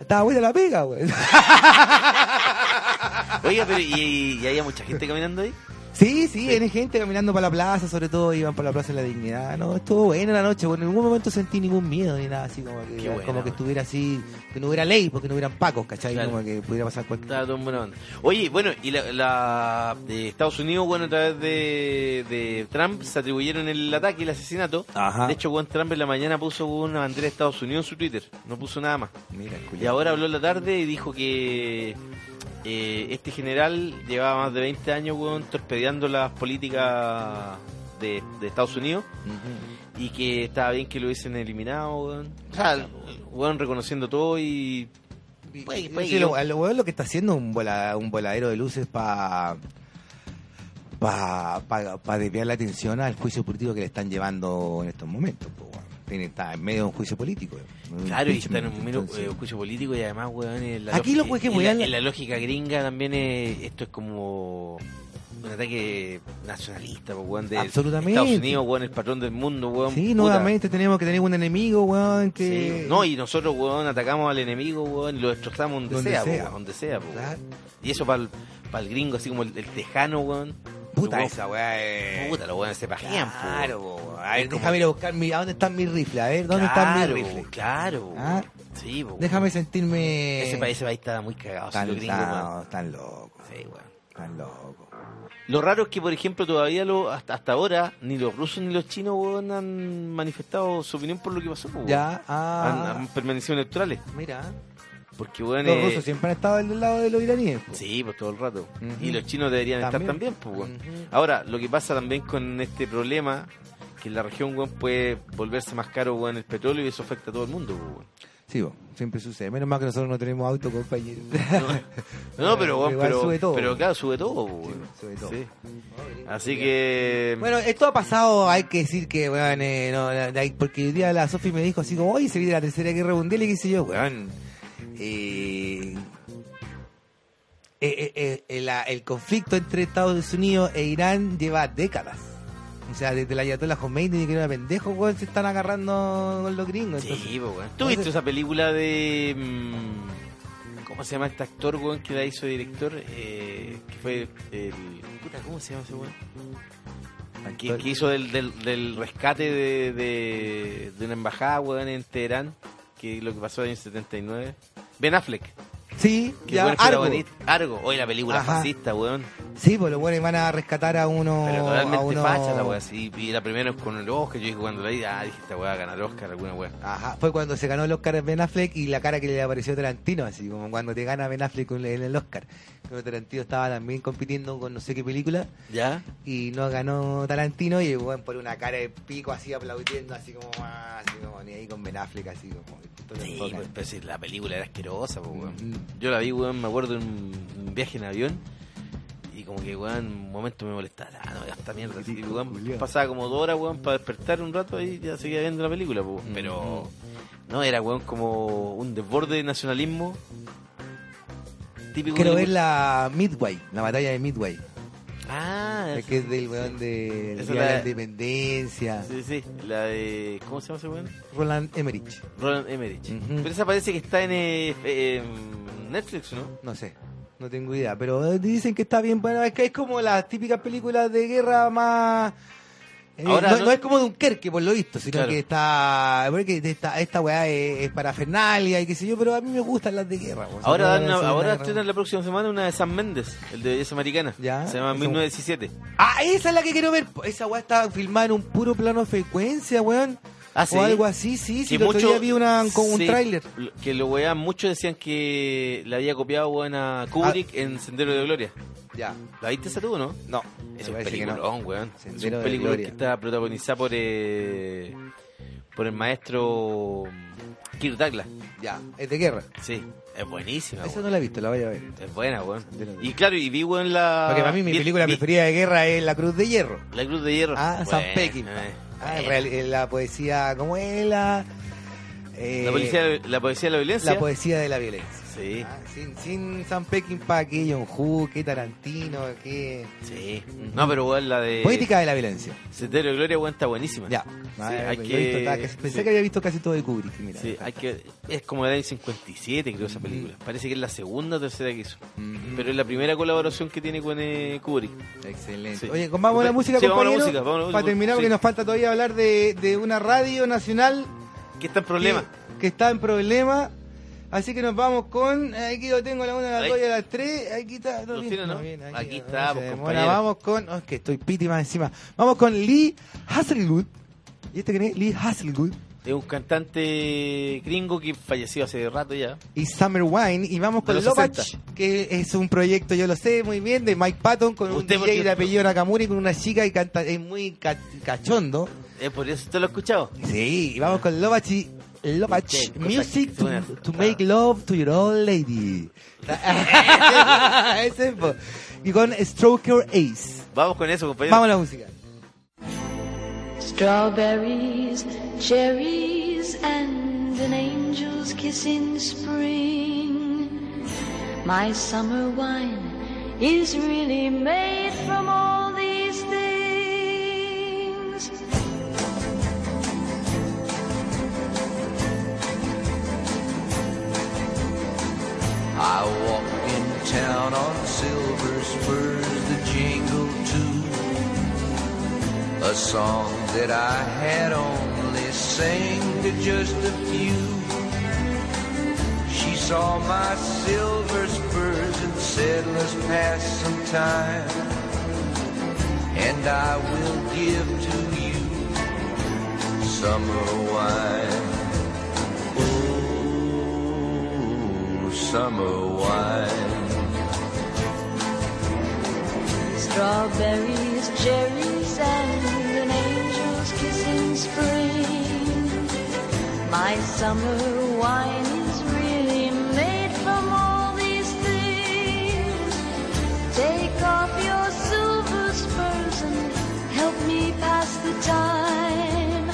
S3: estaba buena la pega, weón.
S2: Oiga, pero ¿y, y, y había mucha gente caminando ahí?
S3: Sí, sí, viene gente caminando para la plaza, sobre todo iban para la plaza de la dignidad. No, estuvo buena la noche, bueno, en ningún momento sentí ningún miedo ni nada así, como que,
S2: Qué buena,
S3: como que
S2: man.
S3: estuviera así, que no hubiera ley, porque no hubieran pacos, ¿cachai?
S2: Claro.
S3: Como que pudiera pasar cualquier
S2: Estaba todo en buena onda. Oye, bueno, y la, la- de Estados Unidos, bueno, a través de, de Trump se atribuyeron el ataque y el asesinato.
S3: Ajá.
S2: De hecho, Juan Trump en la mañana puso una bandera de Estados Unidos en su Twitter. No puso nada más.
S3: Mira,
S2: Y ahora habló en la tarde y dijo que eh, este general llevaba más de 20 años weón, torpedeando las políticas de, de Estados Unidos y que estaba bien que lo hubiesen eliminado. Weón. O sea, weón reconociendo todo y... Wey, wey,
S3: Sí,
S2: yo-
S3: lo, lo weón lo que está haciendo es un, vola- un voladero de luces para para desviar la atención al juicio político que le están llevando en estos momentos. po, weón. Tiene, está en medio de un jucio político. weón.
S2: Claro, y
S3: Impeachment,
S2: está en un mero
S3: entonces.
S2: eh, juicio político y además, weón, en la
S3: Aquí lo
S2: lógica-
S3: pues que
S2: en
S3: weón-
S2: la, en la lógica gringa también eh, esto es como un ataque nacionalista, pues, weón, de
S3: Absolutamente.
S2: Estados Unidos, weón, el patrón del mundo, weón.
S3: Sí,
S2: puta.
S3: nuevamente tenemos que tener un enemigo, weón, que...
S2: Sí. No, y nosotros, weón, atacamos al enemigo, weón, y lo destrozamos donde,
S3: Donde
S2: sea, pues,
S3: sea.
S2: weón, donde sea, po, weón.
S3: Claro.
S2: Y eso para el, gringo, así como el, el tejano, weón.
S3: Puta
S2: Lo-
S3: esa, weá. eh.
S2: Puta, los weones se pajean, pues. po,
S3: Claro,
S2: weón.
S3: po, weón. A ver,
S2: Es como-
S3: déjame ir a buscar mi... ¿A dónde están mis rifles? A ver, ¿dónde
S2: claro,
S3: están mis rifles?
S2: Claro,
S3: Ah.
S2: weón. Sí, po, weón.
S3: Déjame sentirme...
S2: Ese país, ese país está muy cagado, sí,
S3: Tan,
S2: los gringos, weón.
S3: tan, tan loco,
S2: Sí, weón.
S3: tan loco.
S2: Lo raro es que, por ejemplo, todavía lo, hasta, hasta ahora ni los rusos ni los chinos weón, han manifestado su opinión por lo que pasó. po, weón.
S3: Ya,
S2: Han,
S3: ah,
S2: han permanecido neutrales.
S3: mira.
S2: Porque, weón,
S3: Los
S2: eh,
S3: rusos siempre han estado del lado de los iraníes. po.
S2: Sí, pues todo el rato.
S3: Ujú.
S2: Y los chinos deberían estar
S3: También.
S2: también, pues, weón.
S3: Ujú.
S2: Ahora, lo que pasa también con este problema, que en la región, weón, puede volverse más caro, weón, el petróleo y eso afecta a todo el mundo, pues, weón.
S3: Sí, po, siempre sucede. Menos mal que nosotros no tenemos auto, compañero.
S2: No, no, pero, weón,
S3: Igual
S2: pero,
S3: sube todo.
S2: pero claro, sube todo, pues, weón.
S3: sube todo.
S2: Sí. Así que...
S3: Bueno, esto ha pasado, hay que decir que, weón, eh, no, la- la- porque hoy día la Sofi me dijo así como, oye, se viene la tercera guerra mundial y qué sé yo, weón. Eh, eh, eh, eh, la- el conflicto entre Estados Unidos e Irán lleva décadas. O sea, desde la Ayatollah Khomeini, que era pendejo, weón, se están agarrando con los gringos. entonces.
S2: Sí, pues, weón. ¿Tú viste esa película de... mm, ¿Cómo se llama este actor, weón, que la hizo director? Eh, que fue el... Puta, ¿cómo se llama ese weón? Que, que hizo del, del, del rescate de, de, de una embajada, weón, en Teherán, que lo que pasó en el 79. Ben Affleck,
S3: Sí,
S2: que
S3: ya,
S2: fue el
S3: algo.
S2: protagonista. Argo, hoy la película
S3: Ajá.
S2: fascista, weón.
S3: Sí, pues los buenos van a rescatar a uno.
S2: Pero
S3: a
S2: totalmente
S3: uno...
S2: facha la weá, sí. Y la primera con el Oscar, yo dije cuando la vi, ah, dije, esta weá va a ganar Oscar, alguna weá.
S3: Ajá, fue cuando se ganó el Oscar Ben Affleck y la cara que le apareció a Tarantino, así como cuando te gana Ben Affleck en el Oscar. Creo que Tarantino estaba también compitiendo con no sé qué película
S2: ¿Ya?
S3: y no ganó Tarantino y bueno, por una cara de pico así aplaudiendo, así como, ah, así como, ni ahí con Ben Affleck, así como. todo
S2: Sí,
S3: loco.
S2: pues, pero si la película era asquerosa, pues, weón.
S3: Mm.
S2: Yo la vi, weón, me acuerdo en un un viaje en avión. Y como que, weón, un momento me molestaba. Ah, no, ya esta mierda. Así, weón, pasaba como dos horas, weón, para despertar un rato y ya seguía viendo la película, pues, weón. Pero, no, era, weón, como un desborde de nacionalismo. Típico
S3: Quiero
S2: de-
S3: ver la Midway, la batalla de Midway,
S2: Ah,
S3: que es del weón de
S2: Esa
S3: Día de la
S2: la-
S3: Independencia,
S2: sí, sí. La de. ¿Cómo se llama ese weón?
S3: Roland Emmerich,
S2: Roland Emmerich.
S3: Ujú.
S2: Pero esa parece que está en, eh, eh, en Netflix, ¿no?
S3: no sé. No tengo idea, pero eh, dicen que está bien. Bueno, es que es como las típicas películas de guerra más. eh,
S2: Ahora
S3: no,
S2: no-
S3: no es como Dunkerque, por lo visto, sino
S2: Claro.
S3: que está. Porque esta, esta weá es, es parafernalia y qué sé yo, pero a mí me gustan las de guerra. o sea,
S2: Ahora,
S3: no,
S2: dan
S3: no
S2: una-
S3: soy una
S2: ahora
S3: guerra-
S2: estrenan la próxima semana una de San Méndez, el de belleza americana.
S3: Ya,
S2: Se llama
S3: eso-
S2: 1917.
S3: Ah, esa es la que quiero ver. po. Esa weá está filmada en un puro plano de frecuencia, weón.
S2: Ah, ¿sí?
S3: o algo así, sí, sí,
S2: Que
S3: el otro
S2: mucho-
S3: día vi una, con un
S2: sí,
S3: tráiler.
S2: lo- Que lo weá, muchos decían que la había copiado weón, a Kubrick
S3: Ah.
S2: en Sendero de Gloria.
S3: Ya,
S2: ¿La viste esa tú, no?
S3: no,
S2: Es
S3: me
S2: un
S3: parece que no.
S2: peliculón, weón. Es
S3: Sendero
S2: un
S3: de
S2: peliculón
S3: Gloria.
S2: que está protagonizada por, eh, por el maestro mm, Kirk Douglas.
S3: Ya, es de guerra.
S2: Sí, es buenísima,
S3: Esa
S2: weón.
S3: no la he visto, la voy a ver.
S2: Es buena, weón.
S3: Sendero de-
S2: Y claro, y vi, weón, la...
S3: Porque para mí mi
S2: vi-
S3: película
S2: vi-
S3: preferida de guerra es La Cruz de Hierro.
S2: La Cruz de Hierro.
S3: Ah, San
S2: Bueno,
S3: Peckinpah.
S2: eh.
S3: Ah, en real- en la poesía, ¿cómo es la...? eh,
S2: La, policía, la poesía de la violencia.
S3: la poesía de la violencia.
S2: Sí,
S3: Ah, sin, sin San Peckinpah, que John que Tarantino, que...
S2: sí. No, pero weón, la de...
S3: Poética de la violencia.
S2: Sendero de Gloria, weón, está buenísima.
S3: Ya.
S2: Eh, Sí,
S3: Ah,
S2: hay
S3: yo he
S2: que-
S3: visto- estaba casi- pensé
S2: sí.
S3: que había visto casi todo de Kubrick, mira.
S2: Sí, hay que, es como del año 57, creo, esa película. Parece que es la segunda o tercera que hizo.
S3: Mm,
S2: Pero es la primera colaboración que tiene con eh, Kubrick.
S3: Excelente.
S2: sí.
S3: Oye, con- vamos a la
S2: Sí,
S3: música,
S2: vamos a la
S3: compañero,
S2: música, vamos a la música,
S3: para terminar, porque
S2: sí.
S3: nos falta todavía hablar de, de una radio nacional
S2: ¿Qué está el problema?
S3: Que, que está en problema. Así que nos vamos con. eh, Aquí yo tengo la 1, la
S2: Ahí.
S3: 2 y la 3. Aquí está.
S2: ¿Los
S3: viene,
S2: tiene, no?
S3: viene,
S2: Aquí
S3: no,
S2: está,
S3: se
S2: pues,
S3: demora.
S2: compañero.
S3: Vamos con. oh, es que estoy piti más encima. Vamos con Lee Hazelwood. ¿Y este quién es? Lee Hazelwood
S2: Es un cantante gringo que falleció hace rato ya.
S3: y Summer Wine. Y vamos
S2: De
S3: con
S2: los
S3: Lovach,
S2: 60.
S3: que es un proyecto, yo lo sé muy bien, de Mike Patton con un
S2: Usted,
S3: DJ
S2: porque-
S3: de apellido Nakamura y con una chica que canta. Es muy ca- cachondo.
S2: ¿Es Eh, por eso usted lo ha escuchado?
S3: Sí, y vamos con Lovach y Lovach
S2: Cosa
S3: Music
S2: que
S3: to,
S2: suena-
S3: to make love to your old lady. Ese, po. y con Stroker Ace.
S2: Vamos con eso, compañero.
S3: Vamos a la música.
S6: Strawberries, cherries, and an angel's kiss in spring. My summer wine is really made from all these things.
S7: I walk in town on silver spurs that jingle too. A song that I had only sang to just a few. She saw my silver spurs and said, let's pass some time. And I will give to you summer wine. Ooh, summer wine.
S6: Strawberries, cherries, and an angel's kiss in spring. My summer wine is really made from all these things. Take off your silver spurs and help me pass the time.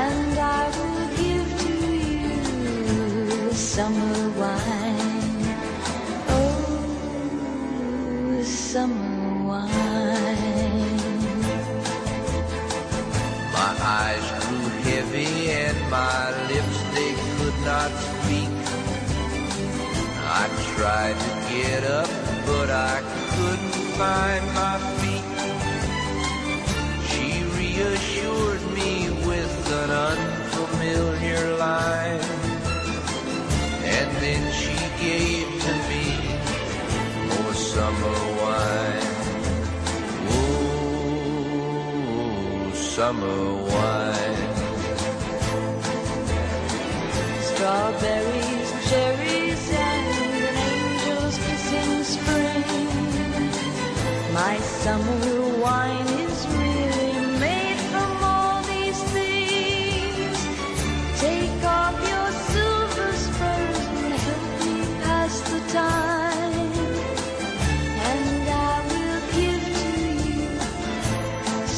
S6: And I will give to you summer wine. Oh, summer wine.
S7: My eyes grew heavy and my lips they could not speak. I tried to get up, but I couldn't find my feet. She reassured me with an unfamiliar line. And then she gave to me more summer wine. Oh, summer wine.
S6: Strawberries, cherries, and an angel's kiss in spring. My summer wine is really made from all these things. Take off your silver spurs and help me pass the time. And I will give to you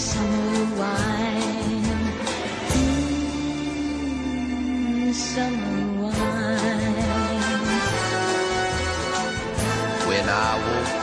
S6: summer wine. Mm, summer wine.
S7: When I woke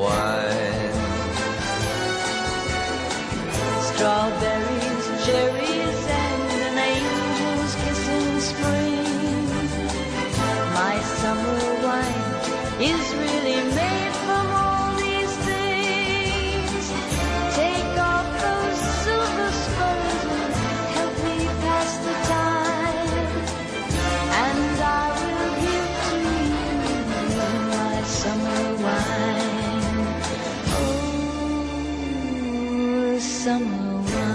S7: wine.
S6: Strawberries, cherries, and an angel's kiss is really made from all these things. Take off those silver spoons and help me pass the time. And I will give to you my summer wine. Oh, summer wine. Summer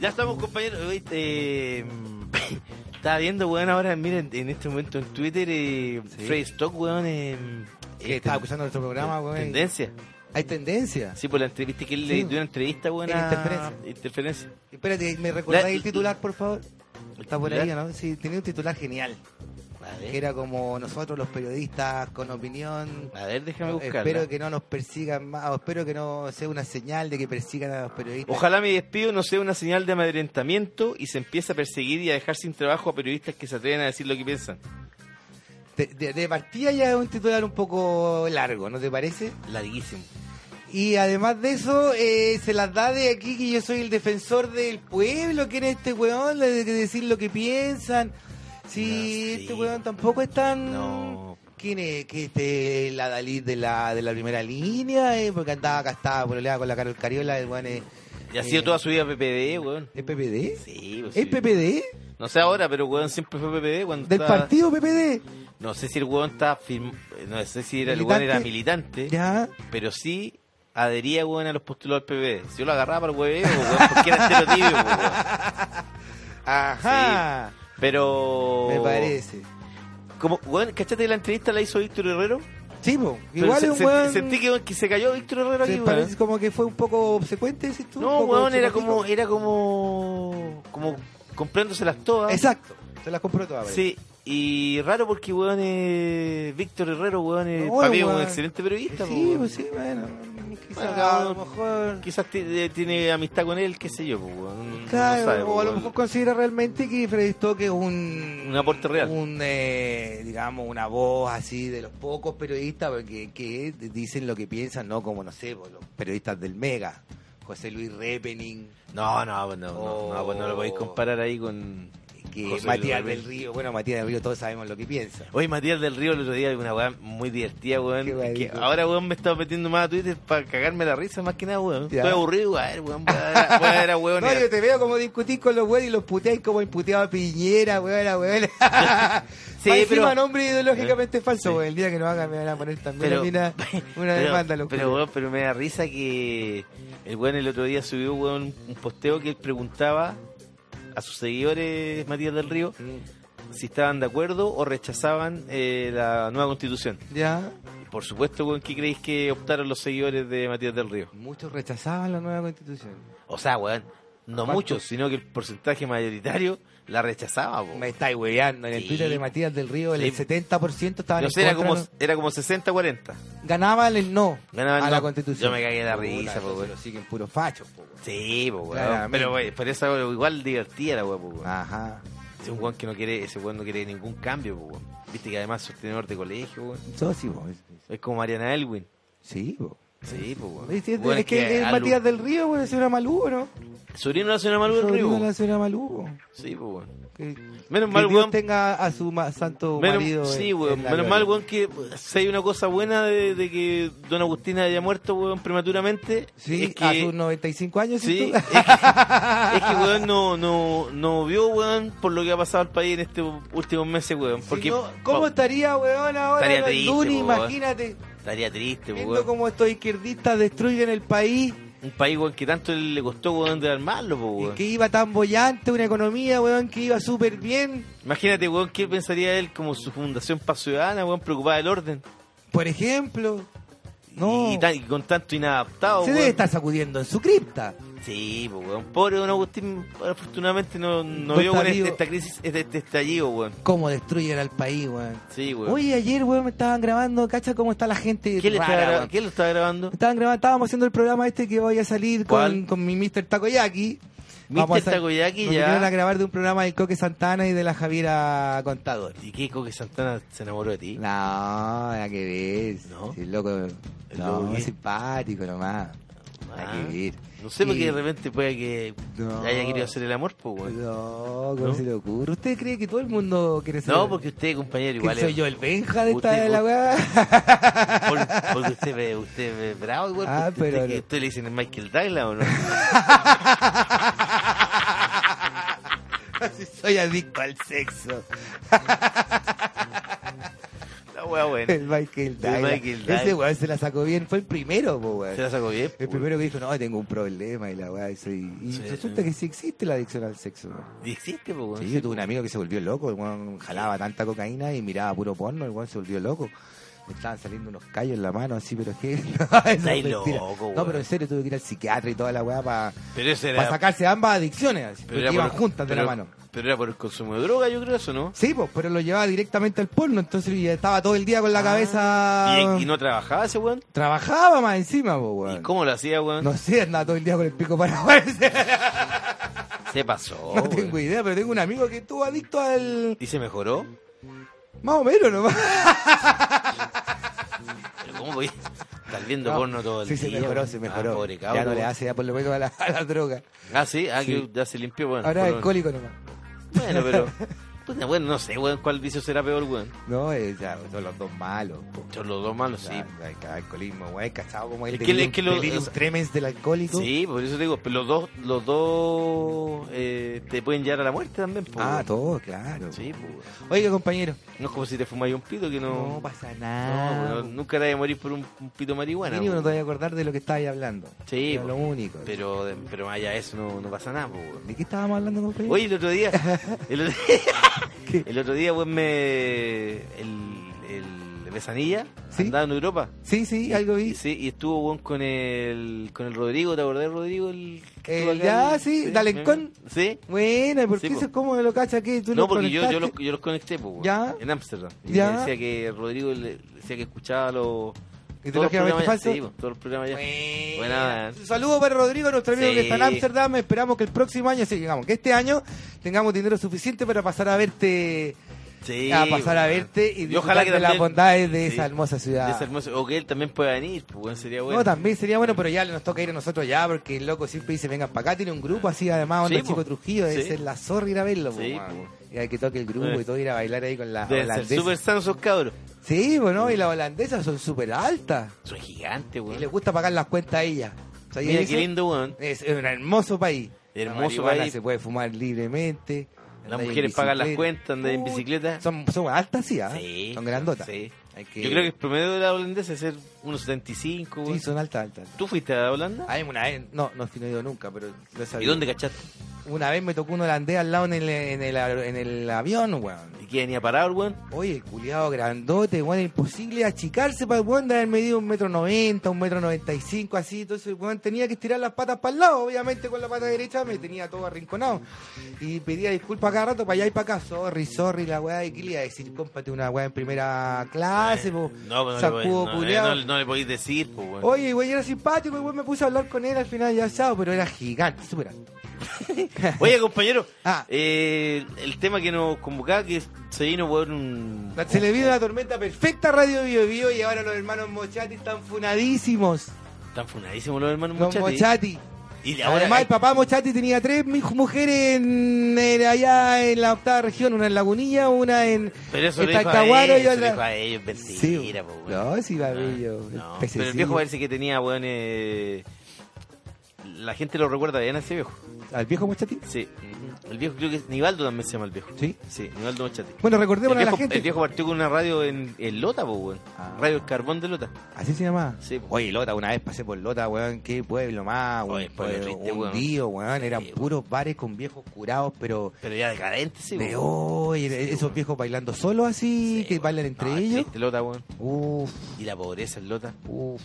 S2: Ya estamos, compañeros. Oye, eh, estaba viendo, weón, ahora, miren, en este momento en Twitter, eh, Freddy Stock, weón, eh,
S3: Que
S2: eh,
S3: estaba escuchando nuestro programa, weón.
S2: Tendencia.
S3: Hay tendencia.
S2: Sí, por la entrevista que él
S3: Eh, Sí.
S2: le dio una entrevista, weón.
S3: En
S2: a-
S3: Interferencia.
S2: Interferencia.
S3: Espérate, ¿me recordáis
S2: La-
S3: el titular, por favor? Está por ahí,
S2: titular?
S3: ¿no? Sí, tenía un titular genial.
S2: A
S3: Que
S2: ver,
S3: era como nosotros los periodistas con opinión.
S2: a ver, déjame buscarla.
S3: Espero que no nos persigan más, o espero que no sea una señal de que persigan a los periodistas.
S2: Ojalá mi despido no sea una señal de amedrentamiento y se empiece a perseguir y a dejar sin trabajo a periodistas que se atreven a decir lo que piensan.
S3: De, de- de partida ya es un titular un poco largo, ¿no te parece?
S2: Larguísimo.
S3: Y además de eso, eh, se las da de aquí que yo soy el defensor del pueblo, que en este weón, le de que decir lo que piensan. Sí,
S2: No, sí.
S3: este weón tampoco es tan...
S2: No.
S3: ¿Quién es? Que este, la Dalí de la, de la primera línea, eh, porque andaba acá, estaba pololeada con la Carol Cariola, el weón es...
S2: Y ha sido
S3: eh,
S2: toda su vida PPD, weón.
S3: ¿Es PPD?
S2: Sí, pues,
S3: ¿Es
S2: sí.
S3: PPD?
S2: No sé ahora, pero weón siempre fue PPD cuando
S3: ¿Del
S2: estaba-
S3: partido PPD?
S2: No sé si el weón estaba firm- no sé si era el weón era militante,
S3: Ya.
S2: pero sí adhería weón a los postulados del PPD. Si yo lo agarraba para el hueveo, weón, porque era entero tibio, weón.
S3: Ajá.
S2: Pero
S3: Me parece.
S2: Como weón, ¿cachate la entrevista la hizo Víctor Herrero?
S3: Sí, po,
S2: Pero
S3: igual
S2: se-
S3: es un
S2: se-
S3: weón...
S2: sentí que, weón, que se cayó Víctor Herrero
S3: Sí,
S2: aquí, weón.
S3: parece como que fue un poco obsecuente, decís tú. un
S2: No,
S3: poco
S2: weón, era
S3: obsecutivo.
S2: como era como como comprándoselas todas.
S3: Exacto, se las compró todas.
S2: Sí, y raro porque, weón, eh, Víctor Herrero, weón, eh,
S3: No,
S2: para mí es
S3: weón.
S2: un excelente periodista.
S3: parece.
S2: po,
S3: Sí,
S2: weón.
S3: pues sí, bueno. Quizás
S2: Bueno,
S3: a lo
S2: no,
S3: mejor.
S2: Quizás ti- eh, tiene amistad con él, qué sé yo, po, weón. No
S3: claro,
S2: sabe, po,
S3: o a lo
S2: weón.
S3: mejor considera realmente que Freddy Stock es un.
S2: Un aporte real.
S3: Un, eh, digamos, una voz así de los pocos periodistas porque, que dicen lo que piensan, no como, no sé, po, los periodistas del Mega. José Luis Repening,
S2: No, no, pues no, no, no, pues no lo podéis comparar ahí con. José
S3: que
S2: Luis
S3: Oh. eh, Matías
S2: Repening.
S3: del Río. Bueno, Matías del Río, todos sabemos lo que piensa.
S2: Hoy Matías del Río el otro día, una weá muy divertida, weón.
S3: Qué
S2: que
S3: guadito.
S2: ahora, weón, me estaba metiendo más a Twitter para cagarme la risa, más que nada, weón.
S3: Ya.
S2: Estoy aburrido, a ver, weón, voy a ver a- voy a ver a weón.
S3: No, yo te veo como discutís con los weones y los puteáis como imputeaba a Piñera, weón, weón. sí, Eh,
S2: pero-
S3: encima nombre ideológicamente falso, weón. El día que nos hagan me van a poner también a mí una, una
S2: pero-
S3: demanda, loco.
S2: pero, weón, pero me da risa que el weón el otro día subió weón, un posteo que él preguntaba a sus seguidores, Matías del Río, si estaban de acuerdo o rechazaban eh, la nueva constitución.
S3: Ya,
S2: Y Por supuesto, weón, ¿qué creéis que optaron los seguidores de Matías del Río?
S3: muchos rechazaban la nueva constitución.
S2: O sea, weón, no
S3: ¿Cuánto?
S2: muchos, sino que el porcentaje mayoritario la rechazaba, po.
S3: Me estáis hueveando. En el
S2: Sí.
S3: Twitter de Matías del Río, el
S2: Sí.
S3: 70% estaban
S2: No
S3: en
S2: sé, era
S3: contra,
S2: como,
S3: ¿no?
S2: era como 60-40.
S3: Ganaban el no
S2: Ganaban
S3: a
S2: el
S3: la
S2: no.
S3: constitución.
S2: Yo me cagué de la
S3: Puta,
S2: risa,
S3: entonces
S2: po, weón.
S3: Lo siguen puros fachos, po, weón.
S2: Sí, po, weón.
S3: Claramente. Ah.
S2: Pero, weón, por eso igual divertida la weá, po, weón.
S3: Ajá.
S2: Es un weón que no quiere, ese weón no quiere ningún cambio, po, weón. Viste que además es sostenedor de colegio, weón.
S3: Eso sí, po.
S2: Es como Mariana Elwin.
S3: Sí, po.
S2: Sí, po, weón.
S3: Es, es-
S2: Weón,
S3: es que es
S2: a
S3: Matías
S2: Lu-
S3: del Río, weón, es una Malú, ¿no?
S2: Sobrino de la señora Malú del
S3: Sobrino
S2: Río,
S3: de la
S2: weón.
S3: señora Malú, po.
S2: Sí, po, weón.
S3: Que,
S2: Menos
S3: que
S2: mal,
S3: Dios
S2: weón.
S3: tenga a su ma- santo marido.
S2: Menos,
S3: en-
S2: sí, weón.
S3: en la
S2: Menos
S3: gloria.
S2: mal, weón, que si hay una cosa buena de, de que Don Agustín haya muerto, weón, prematuramente.
S3: Sí, ah,
S2: es que,
S3: a sus 95 años.
S2: Sí, eh,
S3: ¿sí?
S2: es
S3: tú?
S2: que, es que, weón, no, no, no vio, weón, por lo que ha pasado al país en estos últimos meses, weón. Porque,
S3: Si no, ¿Cómo
S2: pa-
S3: estaría, weón, ahora
S2: Estaría
S3: en
S2: triste,
S3: Duni?
S2: po, weón.
S3: Imagínate,
S2: Estaría triste, po,
S3: viendo
S2: weón.
S3: cómo estos izquierdistas destruyen el país.
S2: Un país, weón, que tanto le costó, weón, de armarlo, po,
S3: y
S2: weón.
S3: Que iba tan bollante, una economía, weón, que iba súper bien.
S2: Imagínate, weón, qué pensaría él como su fundación paz ciudadana, weón, preocupada del orden.
S3: Por ejemplo, no.
S2: Y, tan- y con tanto inadaptado, Ah,
S3: se
S2: weón.
S3: debe estar sacudiendo en su cripta.
S2: Sí, po, weón. Pobre Don Agustín, afortunadamente no, no
S3: No
S2: vio,
S3: está
S2: weón, este-
S3: vivo.
S2: esta crisis, este, este estallido, weón.
S3: Cómo destruyen al país, weón.
S2: Sí, weón.
S3: Oye, ayer, weón, me estaban grabando, cacha, cómo está la gente.
S2: ¿Quién le está,
S3: rara,
S2: gra-
S3: weón.
S2: quién lo está grabando?
S3: Estaban grabando, estábamos haciendo el programa este que voy a salir con,
S2: ¿Cuál?
S3: con mi Mr. Takoyaki. Vamos a
S2: Mr.
S3: sal-
S2: Takoyaki
S3: nos
S2: ya.
S3: vinieron a grabar de un programa del Coque Santana y de la Javiera Contador.
S2: ¿Y qué Coque Santana se enamoró de ti?
S3: No, nada que ver.
S2: ¿No?
S3: Sí, El loco,
S2: ¿El
S3: no,
S2: loco qué?
S3: simpático nomás. Nada
S2: Ah,
S3: que ver.
S2: No sé, porque
S3: Y-
S2: de repente puede que
S3: No.
S2: haya querido hacer el amor, pues, weón.
S3: No, ¿cómo
S2: ¿No?
S3: se le ocurre? ¿Usted cree que todo el mundo quiere ser
S2: No, porque usted, compañero,
S3: que
S2: igual
S3: soy
S2: es-
S3: yo el Benja de esta
S2: Usted-
S3: de la weá?
S2: Por- porque usted ve, usted ve bravo igual.
S3: Ah,
S2: usted, usted
S3: pero
S2: que-
S3: no.
S2: usted le dicen el Michael Douglas o no.
S3: Soy adicto al sexo.
S2: La wea buena.
S3: El Michael Dyer.
S2: Michael Dyer.
S3: Ese weón se la sacó bien. Fue el primero, po, weón.
S2: Se la sacó bien.
S3: El
S2: po,
S3: primero que dijo, no, tengo un problema y la weá. Y, soy- y
S2: Sí.
S3: resulta que sí existe la adicción al sexo, weón.
S2: weón. Y pues, Existe, po, weón.
S3: Sí, yo tuve un amigo que se volvió loco, el weón jalaba tanta cocaína y miraba puro porno, el weón se volvió loco. Me estaban saliendo unos callos en la mano así, pero es que... No, eso es
S2: Estáis
S3: mentira.
S2: loco, weón.
S3: no pero en serio tuve que ir al psiquiatra y toda la weá para
S2: Pero ese era.
S3: sacarse ambas adicciones, así,
S2: pero
S3: porque
S2: era
S3: iban
S2: por-
S3: juntas de la
S2: pero-
S3: mano.
S2: Pero era por el consumo de droga, yo creo eso, ¿no?
S3: Sí, pues, pero lo llevaba directamente al porno, entonces ya estaba todo el día con la cabeza...
S2: Ah. ¿Y, y no trabajaba ese weón?
S3: Trabajaba más encima,
S2: ¿Y
S3: po, weón.
S2: cómo lo hacía, weón?
S3: No sé, andaba todo el día con el pico para afuera.
S2: Se pasó.
S3: No tengo
S2: Oh, weón.
S3: idea, pero tengo un amigo que estuvo adicto al...
S2: ¿Y se mejoró?
S3: Más o menos nomás.
S2: ¿Pero cómo voy? Estás viendo
S3: No,
S2: porno todo el
S3: sí,
S2: día.
S3: se mejoró,
S2: weón.
S3: se mejoró.
S2: Ah, pobre
S3: ya
S2: cabrón.
S3: no le hace ya por lo menos a la, a la droga.
S2: Ah, sí, ah,
S3: Sí.
S2: que ya se limpió, bueno.
S3: Ahora es
S2: por lo menos.
S3: alcohólico nomás.
S2: Bueno, pero. Puta, bueno, no sé, weón, cuál vicio será peor, weón.
S3: No, eh, ya, son los dos malos. po.
S2: Son los dos malos, sí.
S3: Ya, ya, cada alcoholismo, güey, cachado como el
S2: Es que-
S3: delirium,
S2: es que lo-
S3: delirium
S2: o sea,
S3: tremens del alcohólico.
S2: Sí, por eso te digo, pero los dos, los dos eh, te pueden llevar a la muerte también, po,
S3: Ah,
S2: weón.
S3: todo, claro.
S2: Sí, po, weón.
S3: Oiga, compañero.
S2: No es como si te fumáis un pito que
S3: No,
S2: no.
S3: pasa
S2: no,
S3: nada.
S2: weón, nunca te vas a morir por un, un pito de marihuana.
S3: Mínimo no
S2: weón.
S3: te voy a acordar de lo que estabas hablando.
S2: Sí,
S3: Era lo
S2: po.
S3: único.
S2: Pero, pero más allá de eso no, no pasa nada, po, weón.
S3: ¿De qué estábamos hablando, compañero?
S2: Oye, el otro día. El otro
S3: ¿Qué?
S2: día, el otro día, weón, me. El, el Besanilla
S3: ¿Sí?
S2: andaba en Europa.
S3: Sí, sí, algo vi.
S2: Y, sí, y estuvo weón, con el con el Rodrigo, ¿te acordás, Rodrigo? El, que
S3: Eh,
S2: estuvo acá
S3: ya,
S2: en-
S3: sí, Dalencón.
S2: Sí.
S3: Bueno, ¿y por
S2: Sí,
S3: qué
S2: po.
S3: eso? ¿Cómo lo cacha aquí? ¿Tú
S2: No,
S3: lo
S2: porque yo, yo, los,
S3: conectaste?
S2: yo los conecté, po, weón,
S3: Ya.
S2: en Ámsterdam. Y
S3: Ya.
S2: me decía que Rodrigo le, decía que escuchaba los.
S3: ¿Y
S2: todos los
S3: Ideológicamente
S2: programas ya-
S3: falso?
S2: sí, po, todos los programas ya.
S3: Buena.
S2: Buena.
S3: Un saludo para Rodrigo, nuestro amigo
S2: Sí.
S3: que está en Ámsterdam. Esperamos que el próximo año, sí, digamos, que este año tengamos dinero suficiente para pasar a verte.
S2: Sí,
S3: a pasar a
S2: weón.
S3: verte y, disfrutar
S2: ojalá que
S3: de las
S2: también-
S3: bondades de
S2: sí,
S3: esa hermosa ciudad.
S2: de esa hermosa- O que él también pueda venir, pues, weón, sería bueno.
S3: No, también sería bueno, pero ya nos toca ir a nosotros ya, porque el loco siempre dice, vengan para acá, tiene un grupo así, además, onda
S2: Sí,
S3: el chico
S2: po.
S3: Trujillo, debe
S2: Sí.
S3: ser la zorra ir a verlo,
S2: Sí,
S3: po, man. y hay que toque el grupo
S2: Eh.
S3: y todo ir a bailar ahí con la
S2: Deben ser
S3: holandesa.
S2: súper sanos esos cabros.
S3: Sí, bueno, y las holandesas son súper altas,
S2: Son gigantes,
S3: y
S2: weón.
S3: les gusta pagar las cuentas a ellas. ¿Sabías
S2: Mira
S3: eso?
S2: qué lindo, weón.
S3: Es un hermoso país.
S2: Hermoso
S3: La marihuana
S2: país.
S3: Se puede fumar libremente.
S2: Las
S3: andar en
S2: mujeres pagan las
S3: bicicleta.
S2: cuentas, andan en bicicleta.
S3: Son, son altas, sí, ¿ah?
S2: Sí,
S3: Son grandotas.
S2: sí.
S3: Hay que-
S2: Yo creo que el promedio de la holandesa es ser unos 75,
S3: Sí,
S2: weón.
S3: son altas, altas.
S2: ¿Tú fuiste a Holanda?
S3: Ay, una vez, no, no es que no he ido nunca, pero lo sabía.
S2: ¿Y dónde cachaste?
S3: Una vez me tocó un holandés al lado en el, en el, en el avión, weón.
S2: ¿Y que venía parado, el weón?
S3: Oye, el culiado grandote, weón, imposible achicarse para el weón de haber medido un metro noventa, un metro noventa y cinco, así. Entonces, el weón, tenía que estirar las patas para el lado. Obviamente, con la pata derecha me tenía todo arrinconado. Y pedía disculpas cada rato para allá y para acá. Sorry, sorry, la weá. ¿Y qué le iba a decir? Cómpate una weá en primera clase, po.
S2: No, pues no, le podéis-
S3: Sacudo
S2: no, eh,
S3: culiao.
S2: no- no le podéis decir, pues, weón.
S3: Oye, güey, era simpático, güey, me puse a hablar con él al final ya sábado, pero era gigante, súper alto.
S2: Oye, compañero,
S3: Ah.
S2: eh, el tema que nos convocaba, que se vino, weón, un...
S3: Se le vino la tormenta perfecta Radio Bio Bio y ahora los hermanos Mochati están funadísimos.
S2: Están funadísimos los hermanos
S3: Los
S2: muchachos.
S3: Mochati.
S2: Y ahora...
S3: Además, el papá Mochati tenía tres mi- mujeres en, en- allá en la octava región, una en Lagunilla, una en,
S2: Pero eso
S3: en
S2: lo dijo a
S3: Talcahuano
S2: ellos,
S3: y
S2: eso lo dijo
S3: otra.
S2: a ellos, mentira,
S3: Sí,
S2: po, weón.
S3: no, sí, va
S2: Ah,
S3: bello.
S2: no.
S3: el
S2: Pero el viejo parece que tenía, weón, eh, la gente lo recuerda bien a ese viejo.
S3: ¿Al viejo Mochati?
S2: Sí. El viejo creo que es Nivaldo también se llama el viejo.
S3: Sí.
S2: Sí, Nivaldo Machati.
S3: Bueno,
S2: El
S3: recordemos a la
S2: viejo,
S3: gente.
S2: el viejo partió con una radio en, en Lota, po, weón.
S3: Ah.
S2: Radio El Carbón de Lota.
S3: Así se llamaba.
S2: Sí, po.
S3: Oye, Lota, una vez pasé por Lota, weón, qué pueblo más, un
S2: Oye, pueblo
S3: pueblo
S2: triste, weón.
S3: hundido, weón, eran
S2: Sí, weón.
S3: puros bares con viejos curados, pero
S2: Pero ya decadente, sí,
S3: de
S2: weón.
S3: hoy, esos
S2: weón.
S3: viejos bailando solos así,
S2: Sí,
S3: que
S2: weón.
S3: bailan entre
S2: No, es
S3: ellos.
S2: triste Lota, weón.
S3: Uff,
S2: Y la pobreza en Lota.
S3: uff,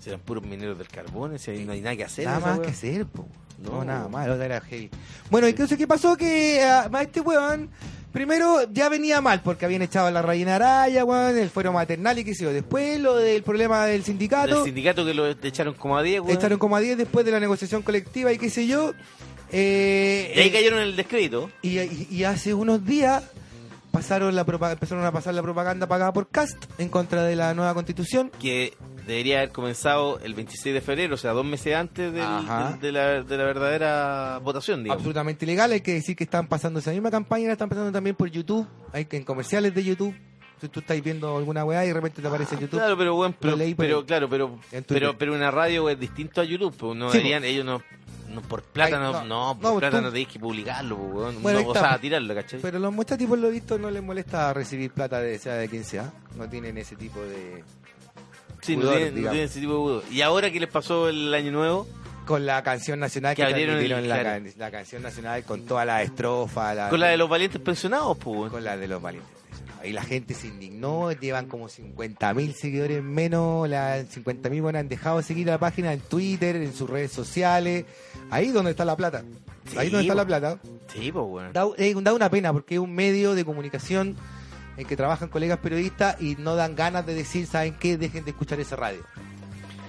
S2: Serán puros mineros del carbón, ese, ahí no hay nada que hacer.
S3: nada
S2: esa
S3: más
S2: weón.
S3: que hacer, po. No,
S2: No,
S3: nada
S2: weón.
S3: más, Lota era heavy. Bueno, entonces, ¿qué pasó? Que ah, a este weón, primero ya venía mal, porque habían echado la reina araya, weón, el fuero maternal y qué sé yo. Después lo del problema del
S2: Del
S3: sindicato.
S2: sindicato que lo echaron como a 10, weón.
S3: Echaron como a 10 después de la negociación colectiva y qué sé yo. Eh,
S2: Y ahí
S3: eh,
S2: cayeron en el descrédito.
S3: y, y- y hace unos días pasaron la propa- empezaron a pasar la propaganda pagada por Cast en contra de la nueva constitución.
S2: que debería haber comenzado el 26 de febrero, o sea, dos meses antes del-
S3: Ajá.
S2: del- de, la, de la verdadera votación, digamos.
S3: Absolutamente ilegal, hay que decir que están pasando esa misma campaña, la están pasando también por YouTube, hay que en comerciales de YouTube. Si tú estás viendo alguna weá y de repente te aparece en YouTube.
S2: Claro, pero bueno, pero,
S3: leí por
S2: pero
S3: ahí.
S2: claro, pero,
S3: En Twitter.
S2: pero pero una radio es distinto a YouTube, pues, no
S3: Sí,
S2: deberían, ellos no, no, por plata
S3: Ay,
S2: no,
S3: no.
S2: no, por
S3: No, pues
S2: plata
S3: tú-
S2: no tenés que publicarlo, po, weón.
S3: Bueno, ahí
S2: no
S3: está,
S2: gozaba
S3: po.
S2: tirarlo, ¿cachai?
S3: Pero los muchachos, por lo visto, no les molesta recibir plata de sea de 15, ¿ah? No tienen ese tipo de...
S2: sí, no
S3: pudor,
S2: tienen, no
S3: digamos.
S2: tienen ese tipo de pudor. Y ahora que les pasó el año nuevo,
S3: Con la canción nacional
S2: Que
S3: que,
S2: abrieron el-
S3: transmitieron la,
S2: claro.
S3: can- la canción nacional con todas las estrofas.
S2: con la de los valientes pensionados, pues, weón.
S3: Ah, Con la de los valientes. Y la gente se indignó, llevan como 50.000 seguidores menos, la 50.000 bueno, han dejado de seguir la página en Twitter, en sus redes sociales. Ahí es donde está la plata.
S2: Sí,
S3: Ahí es donde está
S2: po.
S3: la plata.
S2: Sí, pues, weón.
S3: Da, eh, da una pena porque es un medio de comunicación en que trabajan colegas periodistas y no dan ganas de decir, ¿saben qué? Dejen de escuchar esa radio.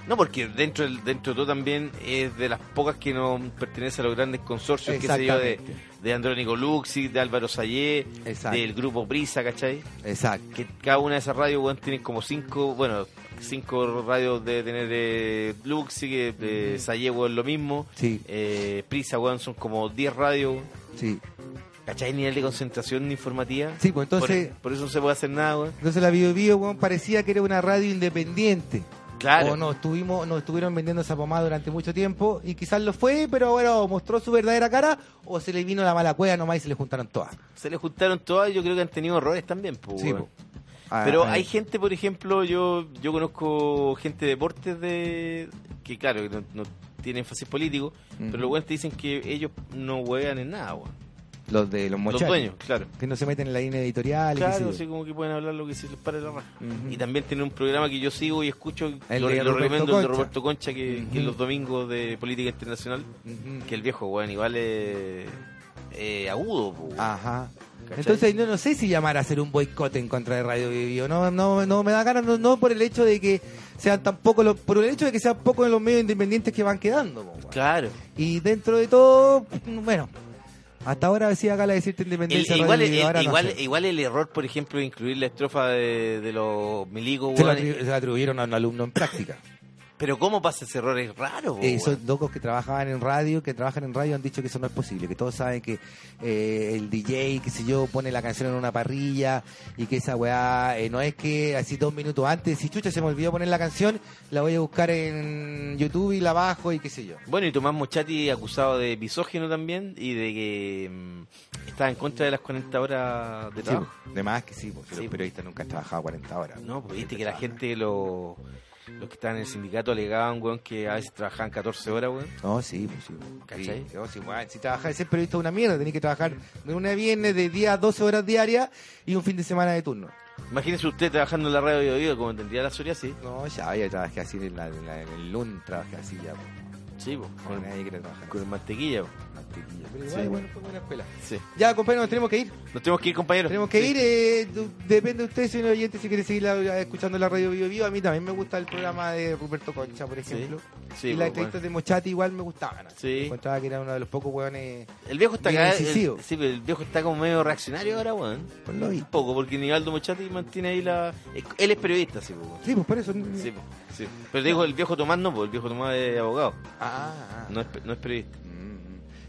S2: No, porque dentro del- dentro de todo también es de las pocas que no pertenece a los grandes consorcios, que se yo, de, de Andrónico Luxi, de Álvaro Sayé,
S3: Exacto.
S2: del grupo Prisa, ¿cachai?
S3: Exacto.
S2: Que cada una de esas radios, weón, tienen como cinco, bueno, cinco radios de tener eh, Luxi, que eh, Sayé, weón, lo mismo.
S3: Sí,
S2: Eh, Prisa, weón, son como 10 radios, weón.
S3: sí.
S2: ¿cachai? Nivel de concentración informativa.
S3: Sí, pues entonces,
S2: por, por eso no se puede hacer nada, weón.
S3: entonces la Bio Bio weón, parecía que era una radio independiente.
S2: Claro.
S3: O nos, estuvimos, nos estuvieron vendiendo esa pomada durante mucho tiempo y quizás lo fue, pero ahora o mostró su verdadera cara o se le vino la mala cueva nomás y se le juntaron todas.
S2: Se les juntaron todas y yo creo que han tenido errores también, pues,
S3: Sí,
S2: weón.
S3: po. Ah,
S2: Pero
S3: ah,
S2: hay gente, por ejemplo, yo yo conozco gente de deportes de que claro, que no, no tiene énfasis político,
S3: Ujú.
S2: pero los weones te dicen que ellos no huevean en nada, weón.
S3: Los de los
S2: Los
S3: mochachos.
S2: dueños, claro.
S3: Que no se meten en la línea editorial. y qué sé
S2: Claro,
S3: yo.
S2: así como que pueden hablar lo que se les pare la raja.
S3: Ujú.
S2: Y también tiene un programa que yo sigo y escucho,
S3: El
S2: lo,
S3: de
S2: lo
S3: Roberto
S2: recomiendo, el de
S3: Concha.
S2: Roberto Concha, que, que
S3: Ujú.
S2: los domingos de política internacional,
S3: Ujú.
S2: que el viejo, weón, igual es eh, agudo, po, weón.
S3: Ajá.
S2: ¿Cachai?
S3: Entonces no, no sé si llamar a hacer un boicot en contra de Radio Vivió. No, no, no me da ganas, no, no por el hecho de que sean tan pocos los, por el hecho de que sean pocos los medios independientes que van quedando. po, weón.
S2: Claro.
S3: Y dentro de todo, bueno, hasta ahora decía acá la decirte
S2: El-
S3: independencia.
S2: igual,
S3: Radio Vivió,
S2: el-
S3: ahora no
S2: igual,
S3: sé.
S2: igual el error, por ejemplo, de incluir la estrofa de, de los milicos,
S3: se, la
S2: weón,
S3: atribu- se la atribuyeron a un alumno en práctica.
S2: Pero ¿cómo pasa ese error? Es raro, po,
S3: Eh, esos
S2: weón.
S3: locos que trabajaban en radio, que trabajan en radio, han dicho que eso no es posible, que todos saben que eh, el DJ, qué sé yo, pone la canción en una parrilla y que esa weá eh, no es que así dos minutos antes, si chucha se me olvidó poner la canción, la voy a buscar en YouTube y la bajo y qué sé yo.
S2: Bueno, y Tomás Mochati acusado de misógino también y de que mm, estaba en contra de las 40 horas de
S3: Sí,
S2: trabajo.
S3: po. de más que sí, porque
S2: Sí,
S3: los
S2: po.
S3: periodistas nunca han trabajado 40 horas.
S2: No, pues viste que la gente, lo- los que estaban en el sindicato alegaban, weón, que a veces trabajaban 14 horas, weón.
S3: No, sí, pues sí. po.
S2: ¿Cachai?
S3: Sí, no, sí, weá, si trabajas, ser periodista es una mierda, tenés que trabajar de una a viernes de 10 a 12 horas diarias y un fin de semana de turno.
S2: Imagínese usted trabajando en la radio de oído como tendría la psoriasis.
S3: No, ya, ya trabajé así en, la, en, la- en el LUN, trabajé así ya. pues. po.
S2: Sí, po,
S3: No hay
S2: con,
S3: nadie quiere trabajar
S2: con el mantequilla. po.
S3: mantequilla. Pero igual,
S2: Sí.
S3: bueno, fue buena escuela.
S2: Sí.
S3: Ya, compañeros, nos tenemos que ir.
S2: Nos tenemos que ir, compañeros.
S3: Tenemos que
S2: Sí.
S3: ir. eh, du- depende de usted, señor oyente, si quiere seguir la- escuchando la radio Vivo Vivo. A mí también me gusta el programa de Ruperto Concha, por
S2: Sí.
S3: ejemplo.
S2: Sí,
S3: y
S2: po,
S3: las
S2: weón.
S3: entrevistas de Mochati igual me gustaban. así.
S2: Sí.
S3: Encontraba que era uno de los pocos hueones.
S2: El viejo está
S3: Bien
S2: acá, el-
S3: incisivo.
S2: sí, pero el viejo está como medio reaccionario ahora, weón.
S3: Pues lo vi.
S2: Un poco, porque Nivaldo Mochati mantiene ahí la. Él es periodista, sí, po, weón.
S3: Sí, pues por eso.
S2: Sí, po, sí. Pero digo, el viejo Tomás no, po, el viejo Tomás es abogado.
S3: Ah, ah.
S2: No es, pe- no es periodista.
S3: Mm.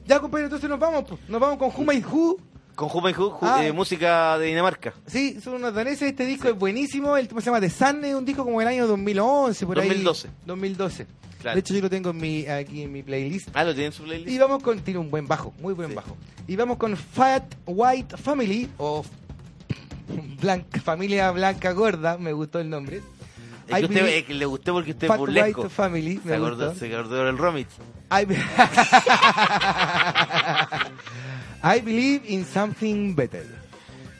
S3: Ya, compañero, entonces nos vamos. pues. Nos vamos con Juma y Ju.
S2: Con Jupa y Ju, Ju-
S3: Ah.
S2: eh, música de Dinamarca.
S3: Sí, son unos daneses, este disco es buenísimo, el tema se llama The Sun, es un disco como del año 2011, por
S2: 2012.
S3: ahí. 2012.
S2: Claro.
S3: De hecho yo lo tengo en mi, aquí en mi playlist.
S2: Ah, lo tienen en su
S3: Y
S2: playlist.
S3: vamos con, tiene un buen bajo, muy buen
S2: Sí.
S3: bajo. Y vamos con Fat White Family, o Blanca, Familia Blanca Gorda, me gustó el nombre.
S2: Es
S3: I
S2: que, usted,
S3: believe-
S2: es que le gustó porque usted es
S3: Fat
S2: burlesco.
S3: White Family,
S2: Se
S3: me
S2: acordó,
S3: gustó.
S2: se acordó del Romit.
S3: I, be- I believe in something better.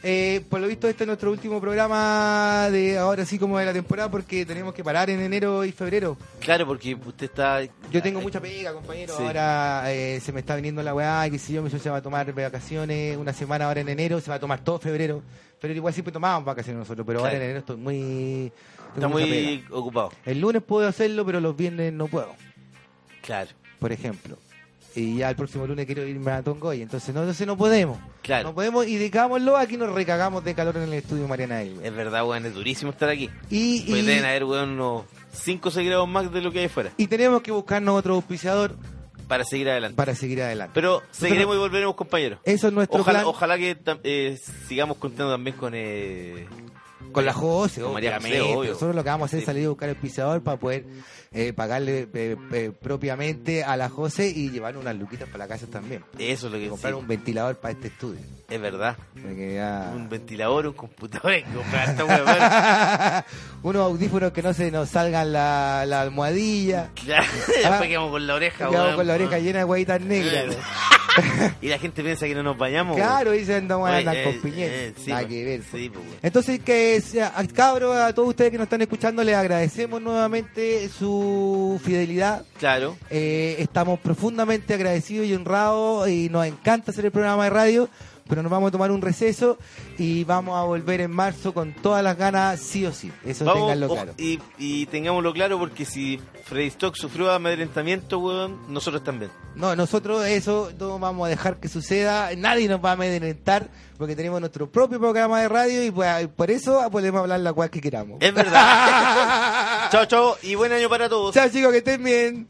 S3: Eh, por lo visto este es nuestro último programa de ahora sí como de la temporada porque tenemos que parar en enero y febrero.
S2: Claro, porque usted está.
S3: Yo tengo mucha pega, compañero.
S2: Ah, eh, Sí.
S3: Ahora eh, se me está viniendo la weá, que si yo, mi socio se va a tomar vacaciones una semana ahora en enero, se va a tomar todo febrero. Pero igual siempre tomábamos vacaciones nosotros, pero ahora
S2: Claro.
S3: en enero estoy muy...
S2: Está
S3: tengo mucha pega.
S2: muy ocupado.
S3: El lunes puedo hacerlo, pero los viernes no puedo
S2: Claro,
S3: por ejemplo. Y ya el próximo lunes quiero irme a Tongoy, entonces no, entonces no podemos.
S2: Claro.
S3: No podemos y digámoslo, aquí nos recagamos de calor en el estudio Mariana Elwin.
S2: es verdad, weón, es durísimo estar aquí.
S3: Y,
S2: Pues
S3: y-
S2: deben haber, weón, unos 5 o 6 grados más de lo que hay afuera
S3: y tenemos que buscarnos otro auspiciador
S2: para seguir adelante.
S3: para seguir adelante.
S2: Pero seguiremos y volveremos, compañeros.
S3: Eso es nuestro
S2: Ojalá,
S3: plan.
S2: ojalá que tam- eh, sigamos contando también con eh,
S3: Con la Jose,
S2: Con María José,
S3: obviamente.
S2: obvio.
S3: Nosotros lo que vamos a hacer es
S2: Sí.
S3: salir a buscar el pisador para poder eh, pagarle eh, eh, propiamente a la Jose y llevar unas luquitas para la casa también.
S2: Eso es lo
S3: Y
S2: que
S3: comprar
S2: sí,
S3: un Ah. ventilador para este estudio.
S2: Es verdad.
S3: Porque ya-
S2: Un ventilador, un computador, hay que comprar esta wea, bueno.
S3: Unos audífonos que no se nos salgan la, la almohadilla.
S2: Claro, Después quedamos con la oreja,
S3: Ah. Quedamos
S2: weón.
S3: con la oreja llena de huevitas negras.
S2: Eh,
S3: weón.
S2: Y la gente piensa que no nos bañamos.
S3: Claro, dicen, no van a
S2: Oye,
S3: andar con
S2: eh,
S3: piñera.
S2: eh, sí,
S3: Nada
S2: pues.
S3: que ver.
S2: Sí,
S3: pues.
S2: pues, bueno.
S3: Entonces, que sea- a- cabros, a todos ustedes que nos están escuchando, les agradecemos nuevamente su fidelidad.
S2: weón. Claro.
S3: Eh, estamos profundamente agradecidos y honrados y nos encanta hacer el programa de radio, pero nos vamos a tomar un receso y vamos a volver en marzo con todas las ganas, sí o sí. Eso
S2: Vamos,
S3: tenganlo
S2: ojo,
S3: claro.
S2: Y, y tengámoslo claro porque si Freddy Stock sufrió amedrentamiento, weón, nosotros también.
S3: No, nosotros eso no vamos a dejar que suceda, nadie nos va a amedrentar porque tenemos nuestro propio programa de radio y pues, por eso podemos hablar la cual que queramos.
S2: Es verdad. chao, chao y buen año para todos.
S3: Chao chicos, que estén bien.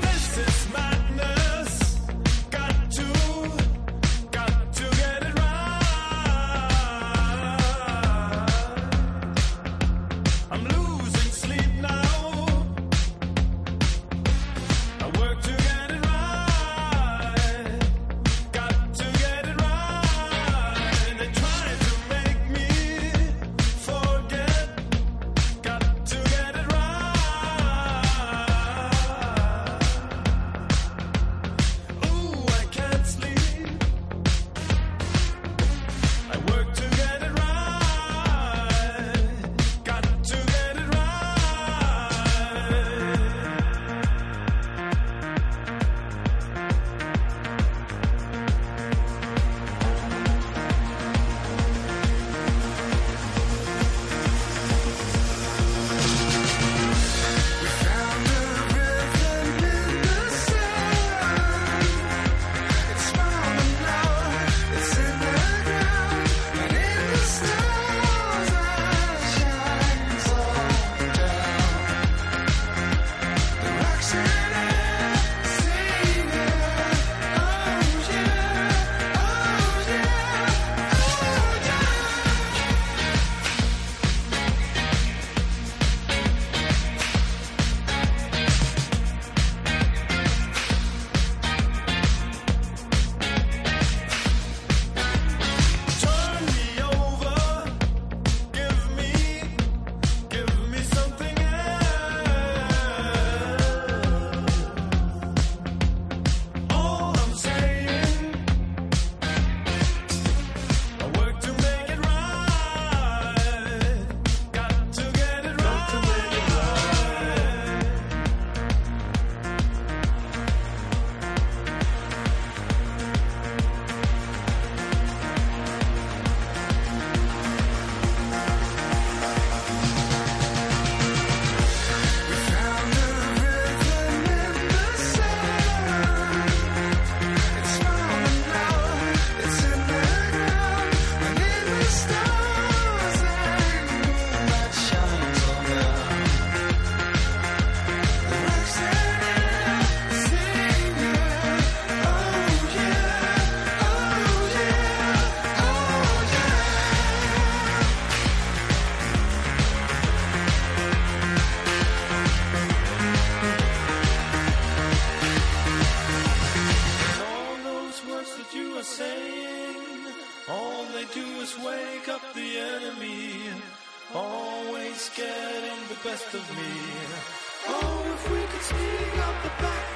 S5: This is madness. Got to, got to get it right. I'm losing sleep now. I work to get it right. Got to get it right. They try to make me forget. Got to get it right. Ooh, I can't sleep. I work to get it right. Got to get it right. Oh, Turn me over. Give me, give me something else. All I'm saying, I work to make it right. Got to get it right. Oh, Oh, And all those words that you are saying, all they do is wake up the enemy. Always getting the best of me. Oh, if we could speak up the back